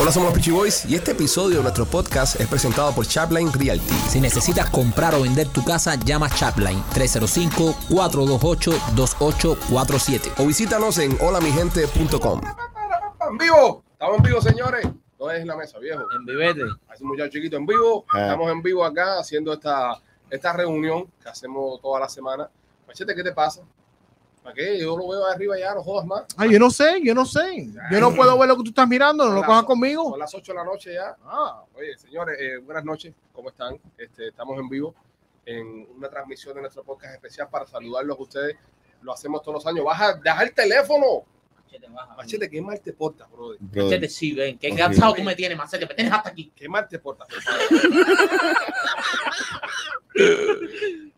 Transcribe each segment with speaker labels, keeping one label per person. Speaker 1: Hola, somos los Peachy Boys y este episodio de nuestro podcast es presentado por Chapline Realty.
Speaker 2: Si necesitas comprar o vender tu casa, llama Chapline 305-428-2847.
Speaker 1: O visítanos en holamigente.com.
Speaker 3: En vivo, estamos en vivo, señores. No es la mesa, viejo.
Speaker 4: En vivete.
Speaker 3: Hace un muchacho chiquito en vivo.
Speaker 5: Ah.
Speaker 3: Estamos en vivo acá haciendo esta, esta reunión que hacemos toda la semana. Machete, ¿qué te pasa? ¿Para qué? Yo lo veo ahí arriba ya, no jodas más.
Speaker 5: Ay, Ah, yo no sé, yo no sé. Yo no puedo ver lo que tú estás mirando, no lo
Speaker 3: Hola.
Speaker 5: cojas conmigo.
Speaker 3: Son las 8 de la noche ya. Ah, oye, señores, eh, buenas noches. ¿Cómo están? Este, estamos en vivo en una transmisión de nuestro podcast especial para saludarlos a ustedes. Lo hacemos todos los años. Baja, deja el teléfono.
Speaker 4: Machete, baja.
Speaker 3: Machete, qué mal te portas, brother.
Speaker 4: Machete, sí, ven. Qué
Speaker 6: Ok.
Speaker 4: cansado tú me tienes, Machete. Me tienes hasta aquí.
Speaker 3: Qué mal te portas. compadre.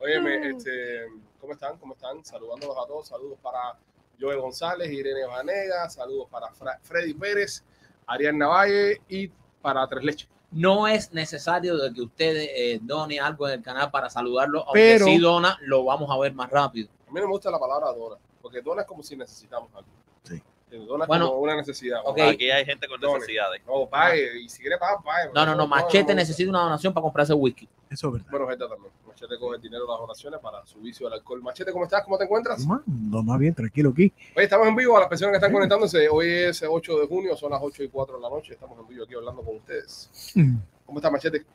Speaker 3: Óyeme, este, ¿cómo están? ¿Cómo están? Saludándolos a todos. Saludos para Joe González, Irene Vanega, saludos para Fra- Freddy Pérez, Arián Navalle y para Tres Leches.
Speaker 4: No es necesario de que ustedes eh, donen algo en el canal para saludarlo.
Speaker 5: Pero-
Speaker 4: Aunque si dona, lo vamos a ver más rápido.
Speaker 3: A mí no me gusta la palabra dona, porque dona es como si necesitamos algo.
Speaker 5: Sí.
Speaker 3: Eh, Dona es
Speaker 4: Bueno,
Speaker 3: como una necesidad.
Speaker 4: ok.
Speaker 7: Aquí hay gente con
Speaker 3: Done.
Speaker 7: necesidades.
Speaker 3: No, pague, y si quiere pagar, pague.
Speaker 4: No, no, no. Machete
Speaker 3: no.
Speaker 4: necesita una donación para comprar ese whisky.
Speaker 5: Eso es verdad.
Speaker 3: Bueno, gente también. Machete coge el dinero de las oraciones para su vicio del alcohol. Machete, ¿cómo estás? ¿Cómo te encuentras?
Speaker 5: Man, No, más bien, tranquilo aquí.
Speaker 3: Oye, estamos en vivo a las personas que están conectándose. Hoy es 8 de junio, son las 8 y 4 de la noche. Estamos en vivo aquí hablando con ustedes.
Speaker 5: Mm.
Speaker 3: ¿Cómo está Machete?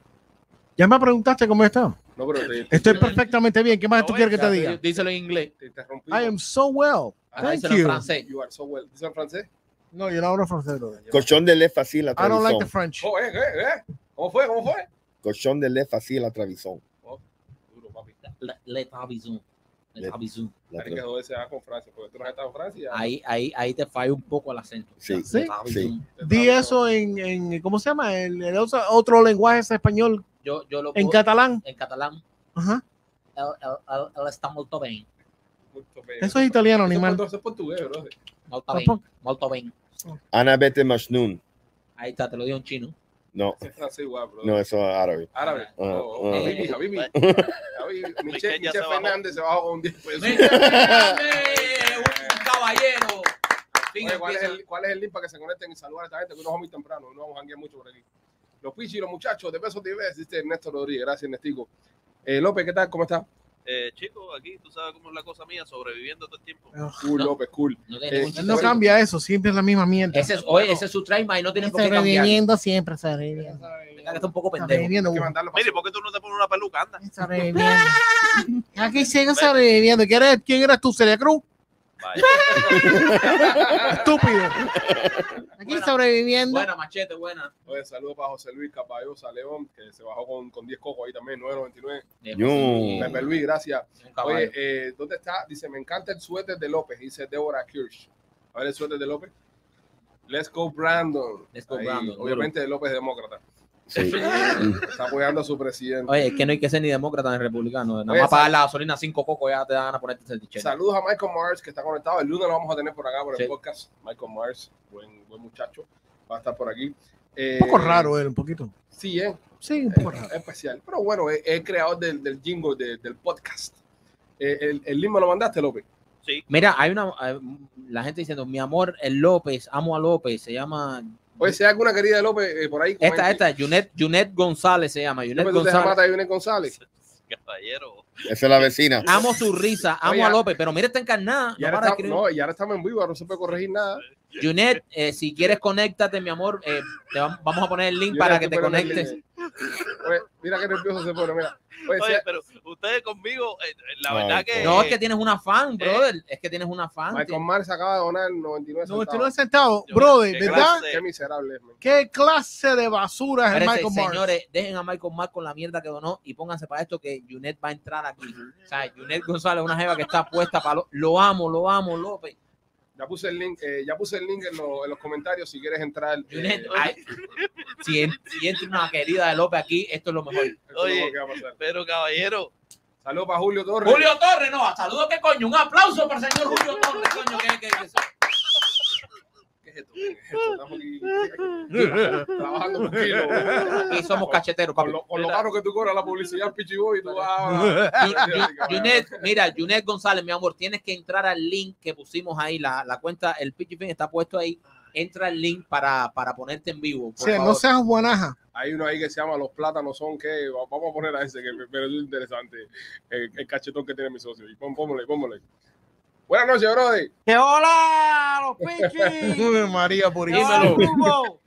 Speaker 5: Ya me preguntaste cómo está.
Speaker 3: No, pero te, te,
Speaker 5: Estoy perfectamente bien. ¿Qué más tú quieres que te
Speaker 3: Oiga,
Speaker 5: diga?
Speaker 4: Díselo en inglés.
Speaker 3: te interrumpí.
Speaker 5: I am so well.
Speaker 3: Ah,
Speaker 4: Ah,
Speaker 5: Thank
Speaker 4: díselo en
Speaker 5: you.
Speaker 4: francés.
Speaker 3: You are so well. ¿Dice en francés?
Speaker 5: No, yo no hablo francés. brother.
Speaker 6: Colchón de ley fácil a
Speaker 5: I don't like the
Speaker 6: Travisón.
Speaker 5: French.
Speaker 3: Oh, eh, eh, eh. ¿Cómo fue? ¿Cómo fue?
Speaker 6: Colchón de ley fácil a Travisón.
Speaker 3: Duro, papi.
Speaker 4: Le- Le Tabizón. Le
Speaker 6: Le-
Speaker 4: Tabizón.
Speaker 6: La
Speaker 3: Hay que
Speaker 6: tra-
Speaker 3: joderse ah, con Francia, porque tú no has estado en Francia.
Speaker 4: Ahí, ahí, ahí te falla un poco el acento.
Speaker 6: Sí,
Speaker 4: Le
Speaker 5: sí.
Speaker 4: Tabizón.
Speaker 3: Te
Speaker 5: Di
Speaker 3: estaba-
Speaker 5: eso en, en- ¿cómo se llama? El, el otro, otro lenguaje es español,
Speaker 4: Yo, yo lo
Speaker 5: en
Speaker 4: puedo-
Speaker 5: catalán.
Speaker 4: En catalán.
Speaker 5: Ajá.
Speaker 4: Él, él, él- él está muy bien.
Speaker 3: Punto B.
Speaker 5: Eso es italiano,
Speaker 3: Eso es
Speaker 5: animal.
Speaker 3: portu- eso es portugués, bro.
Speaker 4: Muy bien.
Speaker 5: Tampoco.
Speaker 4: Muy bien.
Speaker 6: Ana Bete Mashnun.
Speaker 4: Ahí está, te lo dio en chino.
Speaker 6: No,
Speaker 3: Eso es francés igual, bro.
Speaker 6: no, eso es árabe.
Speaker 3: Árabe.
Speaker 6: Ah,
Speaker 3: Oh,
Speaker 6: ah.
Speaker 3: Habibi, Habibi. Habibi. Michelle,
Speaker 7: Michelle ya
Speaker 3: Michelle
Speaker 7: se bajó.
Speaker 3: Fernández se bajó con 10 pesos.
Speaker 4: un caballero. Al fin
Speaker 3: Oye, ¿cuál, es
Speaker 4: empieza-
Speaker 3: el, ¿Cuál es el link para que se conecten y saludar a esta gente? Que no vamos muy temprano, no vamos a janguear mucho por aquí. Los pichis y los muchachos de Besos TV, dice Ernesto Rodríguez. Gracias, Ernestico. Eh, López, ¿qué tal? ¿Cómo está?
Speaker 7: Eh, chicos, aquí tú sabes cómo es la cosa mía, sobreviviendo todo el tiempo.
Speaker 3: Cool,
Speaker 4: No.
Speaker 3: López, cool.
Speaker 4: No tiene ningún
Speaker 3: Eh,
Speaker 5: Él
Speaker 4: chiste.
Speaker 5: no cambia eso, siempre es la misma mierda.
Speaker 4: Ese es, oye, ese es su trademark y no tiene por qué cambiar.
Speaker 5: siempre, se
Speaker 3: Hay
Speaker 5: reviviendo.
Speaker 4: Venga, que está un poco
Speaker 5: Se
Speaker 4: pendejo.
Speaker 5: reviviendo,
Speaker 3: que mandarlo para
Speaker 7: Mire, ¿por qué tú no te pones una peluca? Anda.
Speaker 5: Está sobreviviendo. Aquí sigue sobreviviendo. ¿Quién eres, quién eres tú, Celia Cruz?
Speaker 7: Vaya.
Speaker 5: Estúpido. Aquí
Speaker 4: Buena.
Speaker 5: sobreviviendo.
Speaker 4: Buena, machete, buena.
Speaker 3: Oye, saludos para José Luis Caballosa León, que se bajó con, con 10 cocos ahí también, 9.99.
Speaker 4: Eh,
Speaker 6: Yo.
Speaker 4: sí,
Speaker 3: Pepe Luis, gracias.
Speaker 4: un caballo.
Speaker 3: Oye, eh, ¿dónde está? Dice, me encanta el suéter de López, dice Débora Kirsch. A ver el suéter de López. Let's go, Brandon.
Speaker 4: Let's go, Brandon.
Speaker 3: Obviamente López es demócrata.
Speaker 6: Sí.
Speaker 3: Está apoyando a su presidente.
Speaker 4: Oye, es que no hay que ser ni demócrata ni republicano. Nada
Speaker 3: Oye,
Speaker 4: más
Speaker 3: sal-
Speaker 4: pagar la gasolina cinco cocos ya te dan a ponerte ese tichero.
Speaker 3: Saludos a Michael Mars, que está conectado. El lunes lo vamos a tener por acá por el
Speaker 4: Sí.
Speaker 3: podcast. Michael Mars, buen, buen muchacho. Va a estar por aquí. Eh,
Speaker 5: Un poco raro él, un poquito.
Speaker 3: Sí, eh,
Speaker 5: Sí, un
Speaker 3: es,
Speaker 5: poco raro.
Speaker 3: especial. Pero bueno, es, es el creador del, del jingle de- del podcast. Eh, el, el link me lo mandaste, López.
Speaker 7: Sí,
Speaker 4: Mira, hay una eh, la gente diciendo, mi amor, el López, amo a López, se llama
Speaker 3: Oye, si hay alguna querida de López eh, por ahí.
Speaker 4: esta,
Speaker 3: comente.
Speaker 4: esta, Junet, Junet González se llama, Junet
Speaker 3: López, tú te
Speaker 4: González.
Speaker 3: llamas a Yvonne González.
Speaker 7: caballero.
Speaker 6: Esa es la vecina.
Speaker 4: Amo su risa, amo
Speaker 3: Oye,
Speaker 4: a López, pero mira esta encarnada.
Speaker 3: Y
Speaker 4: No para
Speaker 3: ahora,
Speaker 4: de
Speaker 3: estamos-
Speaker 4: escribir.
Speaker 3: no, y ahora estamos en vivo, ahora no se puede corregir nada.
Speaker 4: Junet, eh, si quieres, conéctate, mi amor. eh, te vam- vamos a poner el link
Speaker 3: Yo
Speaker 4: para
Speaker 3: le
Speaker 4: que te
Speaker 3: estoy poniendo
Speaker 4: conectes.
Speaker 3: el- Oye, mira qué nervioso se pone, mira. Oye,
Speaker 7: Oye,
Speaker 3: sea-
Speaker 7: pero ustedes conmigo, eh, eh, la
Speaker 6: Ay,
Speaker 7: verdad que. Eh,
Speaker 6: pobre.
Speaker 4: No, es que tienes una fan, brother. Es que tienes una fan.
Speaker 3: Michael Mars acaba de donar
Speaker 7: Eh,
Speaker 3: 99 centavos.
Speaker 5: 99 centavos. Brother,
Speaker 7: qué
Speaker 5: ¿verdad?
Speaker 7: clase.
Speaker 3: Qué miserable es, man.
Speaker 5: ¿Qué clase de basura es el
Speaker 4: Espérense,
Speaker 5: Michael Mars?
Speaker 4: señores, dejen a Michael Mars con la mierda que donó y pónganse para esto que Junet va a entrar aquí. O sea, Junet González es una jeva que está puesta para lo, lo amo, lo amo, López.
Speaker 3: Ya puse el link, eh, ya puse el link en, lo- en los comentarios si quieres entrar. eh,
Speaker 4: Junet,
Speaker 3: esto
Speaker 4: ay, si, en- si entra una querida de López aquí, esto es lo mejor.
Speaker 3: es lo
Speaker 7: Oye.
Speaker 3: que va a pasar.
Speaker 7: Pero caballero,
Speaker 3: Saludos para Julio Torres.
Speaker 4: Julio Torres, no, saludos, que coño, un aplauso para el señor Julio Torres, coño, que- que- que-
Speaker 3: ¿Qué es esto? ¿Qué es esto? Estamos aquí, trabajando por kilo.
Speaker 4: Aquí somos cacheteros, papi.
Speaker 3: Con lo, con lo
Speaker 7: Mira.
Speaker 3: caro que tú cobras la publicidad, Pichiboy, tú ah, vas a-
Speaker 4: Yu-
Speaker 3: ah,
Speaker 4: Yu- Yunet, mira, Junet González, mi amor, tienes que entrar al link que pusimos ahí, la, la cuenta, el Pitch está puesto ahí entra el link para, para ponerte en vivo. Por
Speaker 8: O sea, no
Speaker 4: favor.
Speaker 8: seas guanaja.
Speaker 3: Hay uno ahí que se llama Los Plátanos son que vamos a poner a ese, que me parece interesante el, el cachetón que tiene mi socio. Y pon- póngale, póngale. Buenas noches, Brody.
Speaker 4: ¡Que hola, los pichis!
Speaker 8: Uy, María
Speaker 9: Hola,
Speaker 8: Purísima.
Speaker 9: Hugo.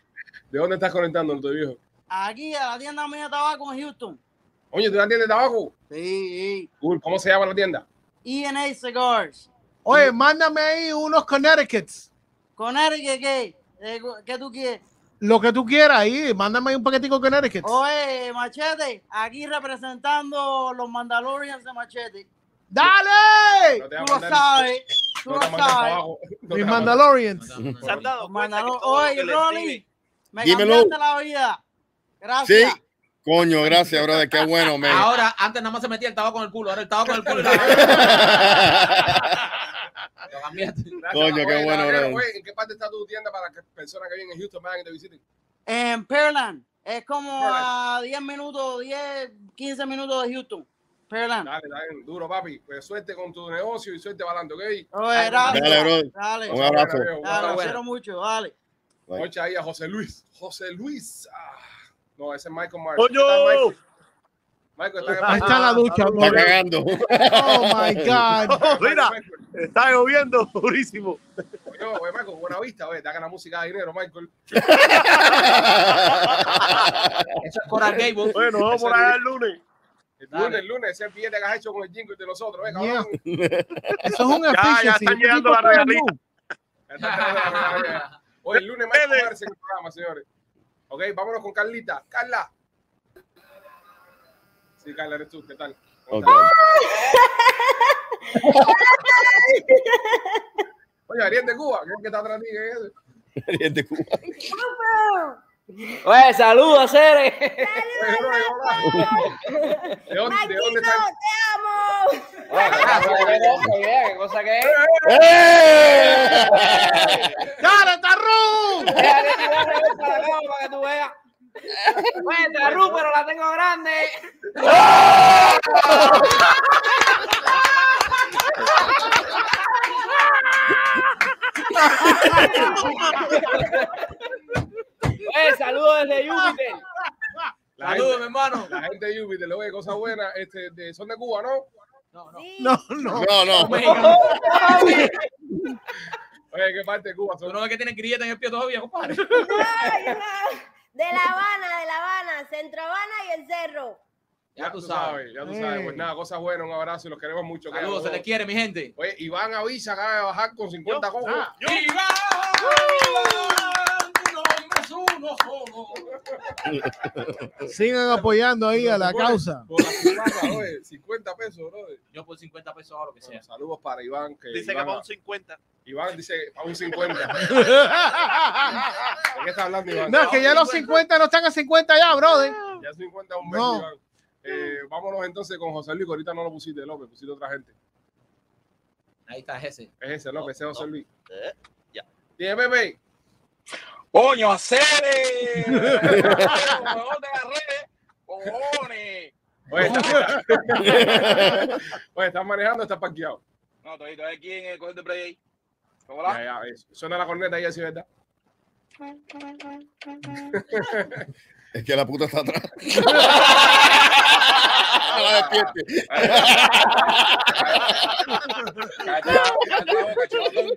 Speaker 3: ¿De dónde estás conectando, tu viejo?
Speaker 9: Aquí a la tienda mía de tabaco en Houston.
Speaker 3: Oye, ¿tú la tienda de abajo?
Speaker 9: Sí.
Speaker 3: Uy, ¿Cómo se llama la tienda?
Speaker 9: ENA E Cigars.
Speaker 8: Oye, mándame ahí unos Connecticuts.
Speaker 9: Connecticut, ¿qué? Eh, cu- ¿Qué tú quieres?
Speaker 8: Lo que tú quieras ahí. Mándame ahí un paquetico de Connecticut.
Speaker 7: Oh,
Speaker 9: Oye, Machete, aquí representando los Mandalorians de Machete.
Speaker 8: ¡Dale!
Speaker 3: No te va
Speaker 9: Tú
Speaker 3: a
Speaker 9: lo
Speaker 3: mandar-
Speaker 9: sabes. Tú lo
Speaker 3: no te va a mandar para
Speaker 9: sabes.
Speaker 3: abajo. No te va
Speaker 8: Mis
Speaker 3: a mandar-
Speaker 8: Mandalorians.
Speaker 7: ¿Se han dado
Speaker 9: Los
Speaker 7: cuenta que
Speaker 9: Mandalor-
Speaker 7: todo lo
Speaker 9: Oye,
Speaker 7: que le
Speaker 9: Rolly, me
Speaker 10: Dímelo.
Speaker 9: cambiaste la vida.
Speaker 10: Sí.
Speaker 9: Gracias.
Speaker 10: Coño, gracias, brother. Qué bueno, man.
Speaker 4: Ahora, antes nada más se metía el tabaco en el culo, ahora el tabaco en el culo. Lo cambiaste.
Speaker 3: Gracias,
Speaker 10: Coño, qué
Speaker 3: oye,
Speaker 10: bueno,
Speaker 3: Gabriel,
Speaker 10: brother.
Speaker 3: oye, ¿En qué parte está tu tienda para que personas que vienen en Houston vayan y te visiten?
Speaker 9: En Pearland. Es como
Speaker 3: Pearland.
Speaker 9: a 10 minutos, 10, 15 minutos de Houston. Pearland.
Speaker 3: Dale, dale, duro, papi. Pues suerte con tu negocio y suerte balando, ¿ok?
Speaker 9: Oye, gracias.
Speaker 10: Dale, brother.
Speaker 9: eh, Dale.
Speaker 10: Un abrazo.
Speaker 3: Bueno,
Speaker 9: Dale,
Speaker 3: bueno,
Speaker 9: los
Speaker 3: bueno.
Speaker 9: quiero mucho. Dale.
Speaker 3: Noche ahí a José Luis. José Luis. Ah, no, ese es Michael Myers.
Speaker 7: Coño.
Speaker 3: ¿Dónde está Michael? Michael está en
Speaker 8: Ahí está la ducha,
Speaker 10: Está
Speaker 8: amor.
Speaker 10: cagando.
Speaker 8: Oh my God.
Speaker 7: Mira.
Speaker 3: Michael.
Speaker 7: Está lloviendo durísimo.
Speaker 3: Oye, oye, Michael, buena vista, oye, te hagan la música de dinero, Michael.
Speaker 4: Eso es Coral Gable.
Speaker 7: Bueno, vamos por allá el lunes.
Speaker 3: El
Speaker 4: Dale.
Speaker 3: lunes, el lunes, ese es el billete que has hecho con el jingle de nosotros, venga,
Speaker 8: Yeah.
Speaker 3: vamos.
Speaker 8: Eso es un
Speaker 7: ya
Speaker 8: efficiency.
Speaker 7: están
Speaker 8: ¿Tú
Speaker 7: llegando
Speaker 8: tipo
Speaker 7: las
Speaker 8: para
Speaker 7: regalitas.
Speaker 8: tú?
Speaker 3: Hoy el lunes Michael Myers en el programa, señores. Ok, vámonos con Carlita. Carla. Sí, Carla, eres tú, ¿qué tal? ¿Cómo
Speaker 10: Ok.
Speaker 3: estás? Oye, Ariel de Cuba, ¿qué es que está atrás de ti? ¿Qué es eso?
Speaker 10: De Cuba.
Speaker 11: Oye, saludos, Cere.
Speaker 3: Oye, bro, hola. ¿De dónde, de dónde está?
Speaker 11: Oye, ¿qué cosa, qué cosa, oye, ¿Qué cosa que es?
Speaker 10: ¡Eh!
Speaker 8: ¡Dale, Tarru!
Speaker 11: Deja que te voy a rever para acá para que tú veas. Oye, te arru, pero la tengo grande. Oye, saludos desde Júpiter.
Speaker 3: La
Speaker 4: Saludos, mi
Speaker 3: gente,
Speaker 4: hermano.
Speaker 3: la gente de Júpiter, le oye cosas buenas. Este, de, son de Cuba, ¿no?
Speaker 4: No, no.
Speaker 8: No, no.
Speaker 10: No, no.
Speaker 4: Mexicano.
Speaker 3: Oye, ¿qué parte de Cuba
Speaker 4: Tú
Speaker 3: son?
Speaker 4: no ves que tienen grilleta en el pie todavía, compadre.
Speaker 12: De La Habana, de La Habana, Centro Habana y el Cerro.
Speaker 4: Ya tú sabes.
Speaker 3: ya tú sabes. Pues
Speaker 8: Eh.
Speaker 3: nada, cosas buenas, un abrazo y los queremos mucho. que
Speaker 4: Saludos, se les quiere, mi gente.
Speaker 3: Oye, Iván avisa acaba de bajar con 50 cojos.
Speaker 7: ah,
Speaker 4: ¡Viva!
Speaker 8: Sigan apoyando ahí a la
Speaker 3: Por-
Speaker 8: causa.
Speaker 3: por la cubana, oye, 50 pesos, brother.
Speaker 4: Yo por 50 pesos ahora lo que sea.
Speaker 3: Bueno, saludos para Iván. Que
Speaker 7: Dice que
Speaker 3: Iván,
Speaker 7: para un 50.
Speaker 3: Iván dice para un 50. ¿De qué está hablando Iván?
Speaker 8: No, es que ya los 50 no están a 50 ya, brother.
Speaker 3: Ya 50 es un mes,
Speaker 8: No.
Speaker 3: Iván. Eh, vámonos entonces con José Luis, que ahorita no lo pusiste, López, pusiste otra gente.
Speaker 4: Ahí está ese.
Speaker 3: Es ese,
Speaker 7: No,
Speaker 3: López, ese es José
Speaker 7: no.
Speaker 3: Luis.
Speaker 7: Eh, ya.
Speaker 3: Dime, Pepe.
Speaker 11: ¡Coño, Cere! ¡Mejor te agarré! ¡Cojones!
Speaker 3: Oye, estás- oye, ¿estás manejando o estás parqueado?
Speaker 11: No, estoy, estoy aquí en el colegio de Play. ¿Cómo
Speaker 3: Ya, ya, es- suena la corneta ahí, así, ¿verdad?
Speaker 10: Es que la puta está atrás. La despierte.
Speaker 11: Cállate la cállate la boca, chupatón.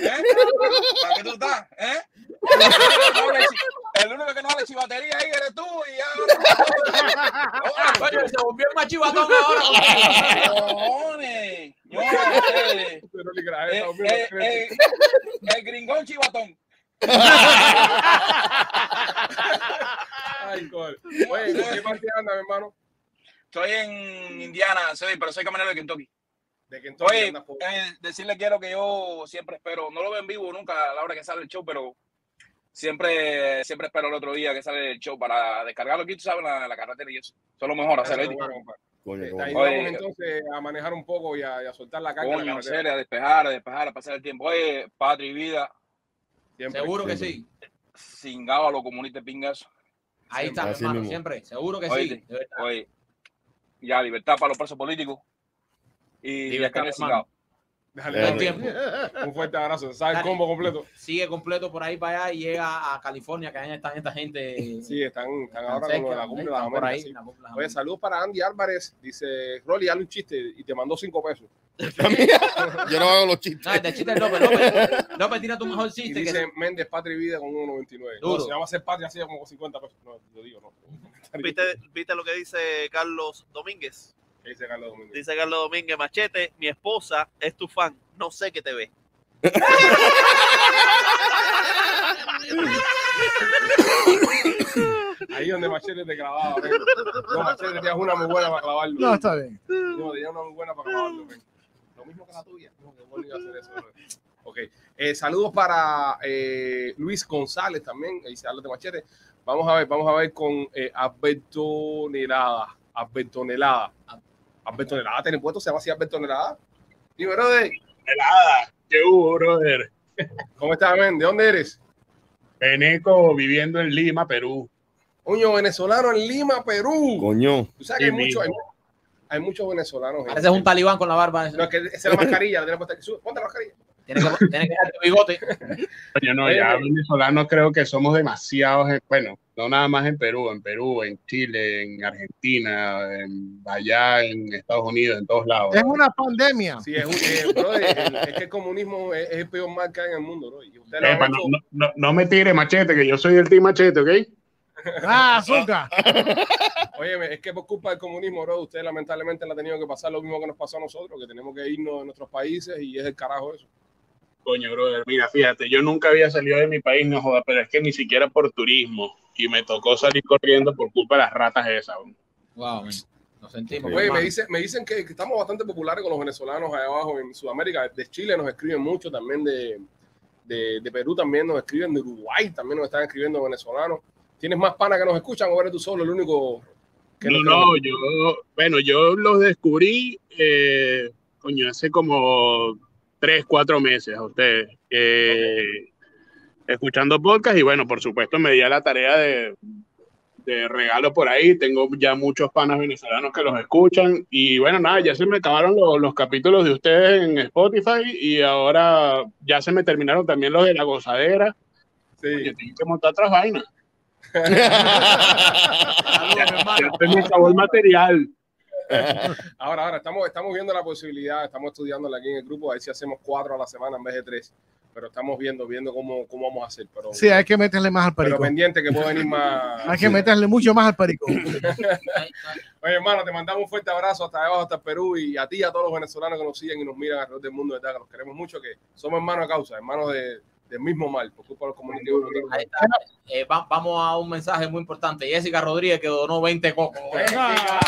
Speaker 11: ¿Eh? ¿Para qué tú estás? ¿Eh? El único que no habla chivatería ahí eres tú y ya. Ahora,
Speaker 4: Oye, se volvió el más chivatón ahora. compadre.
Speaker 11: cojones. No, eh,
Speaker 3: Pero ni
Speaker 11: eh,
Speaker 3: grave, está un
Speaker 11: eh,
Speaker 3: minuto.
Speaker 11: eh, el gringón chivatón.
Speaker 3: Ay, coño. Oye, ¿por qué parte anda, mi hermano?
Speaker 11: Estoy en Indiana, soy, pero soy camarero de Kentucky.
Speaker 3: De que entonces
Speaker 11: Oye,
Speaker 3: anda por-
Speaker 11: eh, decirle quiero que yo siempre espero, no lo veo en vivo nunca a la hora que sale el show, pero siempre siempre espero el otro día que sale el show para descargarlo aquí, tú sabes, la, la carretera y eso. Eso es lo mejor, hacer
Speaker 3: Bueno,
Speaker 11: el
Speaker 3: bueno, compadre.
Speaker 10: Coño, qué
Speaker 3: Te
Speaker 10: bueno.
Speaker 3: ayudamos
Speaker 11: Oye.
Speaker 3: entonces a manejar un poco y a, y a soltar la carga. en la
Speaker 11: coño,
Speaker 3: carretera.
Speaker 11: serio, a despejar, a despejar, a pasar el tiempo. Oye, patria y vida,
Speaker 3: Siempre.
Speaker 4: Seguro que sí.
Speaker 11: cingado a los comunistas pingas.
Speaker 4: Ahí está, mi
Speaker 10: Así
Speaker 4: hermano,
Speaker 10: mismo.
Speaker 4: siempre. Seguro que
Speaker 11: Oye,
Speaker 4: sí. de verdad.
Speaker 11: Oye, ya, libertad para los presos políticos. y
Speaker 4: Libertad,
Speaker 11: ya está
Speaker 4: hermano.
Speaker 11: reciclado.
Speaker 3: Déjale
Speaker 10: Dale.
Speaker 3: un tiempo. Un fuerte abrazo. ¿Sabes el combo completo?
Speaker 4: Sigue completo por ahí para allá y llega a California, que ahí están esta gente.
Speaker 3: Sí, están, están
Speaker 4: tan
Speaker 3: ahora
Speaker 4: cerca, ¿eh?
Speaker 3: con lo de la cumbre de las
Speaker 4: están por
Speaker 3: Américas.
Speaker 4: ahí.
Speaker 3: sí.
Speaker 4: la cumbre de las
Speaker 3: Oye,
Speaker 4: Américas.
Speaker 3: saludos para Andy Álvarez. Dice, Rolly, hazle un chiste y te mandó cinco pesos.
Speaker 10: Yo no hago los chistes.
Speaker 4: No, este chiste es López. López, López, tira tu mejor
Speaker 3: Y
Speaker 4: chiste. que-
Speaker 3: dice Méndez, Patria y Vida con 1.99. No,
Speaker 4: Duro.
Speaker 3: si vamos a hacer Patria, así como 50 pesos. No, yo digo, no.
Speaker 7: ¿Viste, viste lo que dice Carlos Domínguez?
Speaker 3: ¿Qué dice Carlos Domínguez?
Speaker 7: Dice Carlos Domínguez, machete, mi esposa es tu fan, no sé qué te ve.
Speaker 3: Ahí donde Machete te clavaba. ven. No, Machete tenías una muy buena para clavarlo.
Speaker 8: No, está bien.
Speaker 3: No, tenía una muy buena para clavarlo. ven. Lo mismo que la tuya. No, que Rolly iba a hacer eso. bro. Ok. Eh, saludos para eh, Luis González también. Ahí se habla de Machete. Vamos a ver, vamos a ver con eh, Alberto Nelada. Alberto Nelada. Alberto Nelada, ¿tenés puesto? ¿Se llama así Alberto Nelada? Dime, brother.
Speaker 13: Helada, ¿qué hubo, brother?
Speaker 3: ¿Cómo estás, men? ¿De dónde eres?
Speaker 13: Veneco viviendo en Lima, Perú.
Speaker 3: Coño, venezolano en Lima, Perú.
Speaker 10: Coño.
Speaker 3: Tú sabes que hay,
Speaker 13: Sí,
Speaker 3: mucho- hay,
Speaker 13: mismo.
Speaker 3: hay muchos venezolanos. en-
Speaker 4: Pareces un talibán con la barba.
Speaker 3: No, es que esa es la mascarilla, la tenemos puesta aquí. Sube, Ponte la mascarilla.
Speaker 4: Tiene que, tiene que darte bigote.
Speaker 13: Coño, no, ya venezolanos creo que somos demasiados. en- bueno, no nada más en Perú, en Perú, en Chile, en Argentina, en, allá en Estados Unidos, en todos lados.
Speaker 8: Es una pandemia.
Speaker 3: Sí, es, un, eh, bro, el- el- es que el comunismo es, es el peor mal que hay en el mundo, bro. Y ustedes lo
Speaker 13: Epa,
Speaker 3: han
Speaker 13: no,
Speaker 3: hecho-
Speaker 13: no- no- no me tire machete, que yo soy el team machete, ¿ok?
Speaker 8: Ah, azúcar.
Speaker 3: Óyeme, es que por culpa del comunismo, bro, ustedes lamentablemente le han tenido que pasar lo mismo que nos pasó a nosotros, que tenemos que irnos de nuestros países y es el carajo eso.
Speaker 13: Coño, brother, mira, fíjate, yo nunca había salido de mi país, no joda, pero es que ni siquiera por turismo. Y me tocó salir corriendo por culpa de las ratas esas. bro.
Speaker 4: Wow, man. Nos sentimos.
Speaker 3: Oye, me,
Speaker 4: hermano.
Speaker 3: dice, me dicen que, que estamos bastante populares con los venezolanos allá abajo en Sudamérica. De Chile nos escriben mucho, también de, de, de Perú también nos escriben, de Uruguay también nos están escribiendo venezolanos. ¿Tienes más panas que nos escuchan o eres tú solo el único que
Speaker 13: No,
Speaker 3: nos-
Speaker 13: no, yo, bueno, yo los descubrí, eh, coño, hace como tres, cuatro meses a ustedes, eh, escuchando podcast y bueno, por supuesto me di a la tarea de, de regalo por ahí, tengo ya muchos panas venezolanos que los escuchan y bueno, nada, ya se me acabaron lo- los capítulos de ustedes en Spotify y ahora ya se me terminaron también los de la gozadera,
Speaker 3: Sí.
Speaker 13: yo tengo que montar otras vainas,
Speaker 4: Saludos, mi hermano.
Speaker 13: ya se me acabó el material.
Speaker 3: Ahora, ahora, estamos, estamos viendo la posibilidad, estamos estudiándola aquí en el grupo, a ver si hacemos cuatro a la semana en vez de tres, pero estamos viendo, viendo cómo, cómo vamos a hacer, pero,
Speaker 8: Sí, hay que meterle más al
Speaker 3: pero
Speaker 8: perico.
Speaker 3: pendiente que puede venir más.
Speaker 8: Hay que meterle mucho más al perico.
Speaker 3: Oye, hermano, te mandamos un fuerte abrazo hasta abajo, hasta Perú y a ti y a todos los venezolanos que nos siguen y nos miran alrededor del mundo, de verdad, que los queremos mucho, que somos hermanos a causa, hermanos de, del mismo mal, por culpa de los comunicativos.
Speaker 4: Ahí está. Eh, va- vamos a un mensaje muy importante. Jessica Rodríguez que donó 20 cocos. Ah,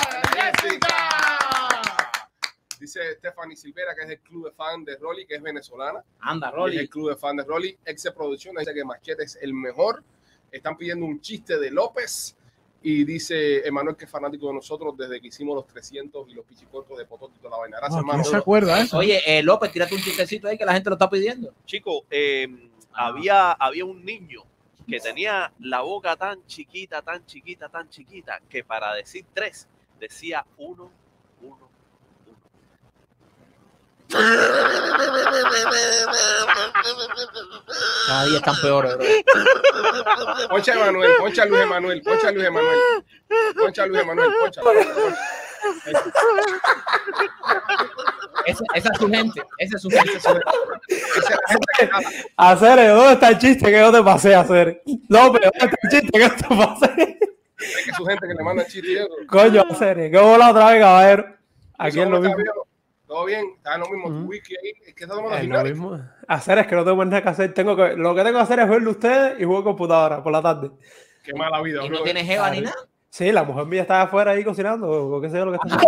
Speaker 3: Dice Stephanie Silvera, que es el club de fan de Rolly, que es venezolana.
Speaker 4: Anda,
Speaker 3: Rolly.
Speaker 4: Rolly.
Speaker 3: el club de fan de Rolly. Exe Producciones dice que Machete es el mejor. Están pidiendo un chiste de López. Y dice Emanuel que es fanático de nosotros desde que hicimos los 300 y los pichicortos de Pototito la vaina. Gracias,
Speaker 8: No,
Speaker 3: hermano.
Speaker 8: ¿quién se acuerda, eh?
Speaker 4: Oye, eh, López, tírate un chistecito ahí que la gente lo está pidiendo.
Speaker 7: Chico, eh, había, había un niño que tenía la boca tan chiquita, tan chiquita, tan chiquita, que para decir tres decía uno, uno, uno.
Speaker 4: Cada día están peores, bro.
Speaker 3: Poncha a Emanuel, poncha a Luis Emanuel, poncha a Luis Emanuel. Poncha a Luis Emanuel, poncha.
Speaker 4: Ese- Esa es su gente. Esa es su gente.
Speaker 3: Esa es la gente que habla.
Speaker 14: Hacer, ¿eh? ¿dónde está el chiste que yo te pasé a hacer? López, ¿dónde está el chiste que yo te pasé?
Speaker 3: Es que su gente que le manda chistes. y eso.
Speaker 14: Coño, hacer, que bola otra vez, caballero. Aquí
Speaker 3: Eso,
Speaker 14: es lo
Speaker 3: ¿cómo
Speaker 14: mismo.
Speaker 3: estás, viejo? ¿Todo bien? ¿Está lo mismo? tu wiki ahí? Es que estamos
Speaker 14: Es
Speaker 3: en
Speaker 14: lo
Speaker 3: la
Speaker 14: mismo. Hacer es que no tengo más nada que hacer. Tengo que, lo que tengo que hacer es verlo ustedes y jugar computadora por la tarde.
Speaker 3: Qué mala vida,
Speaker 4: Y
Speaker 3: bro.
Speaker 4: no tiene jeva ni nada.
Speaker 14: Sí, la mujer mía está afuera ahí cocinando, o qué sé yo lo que está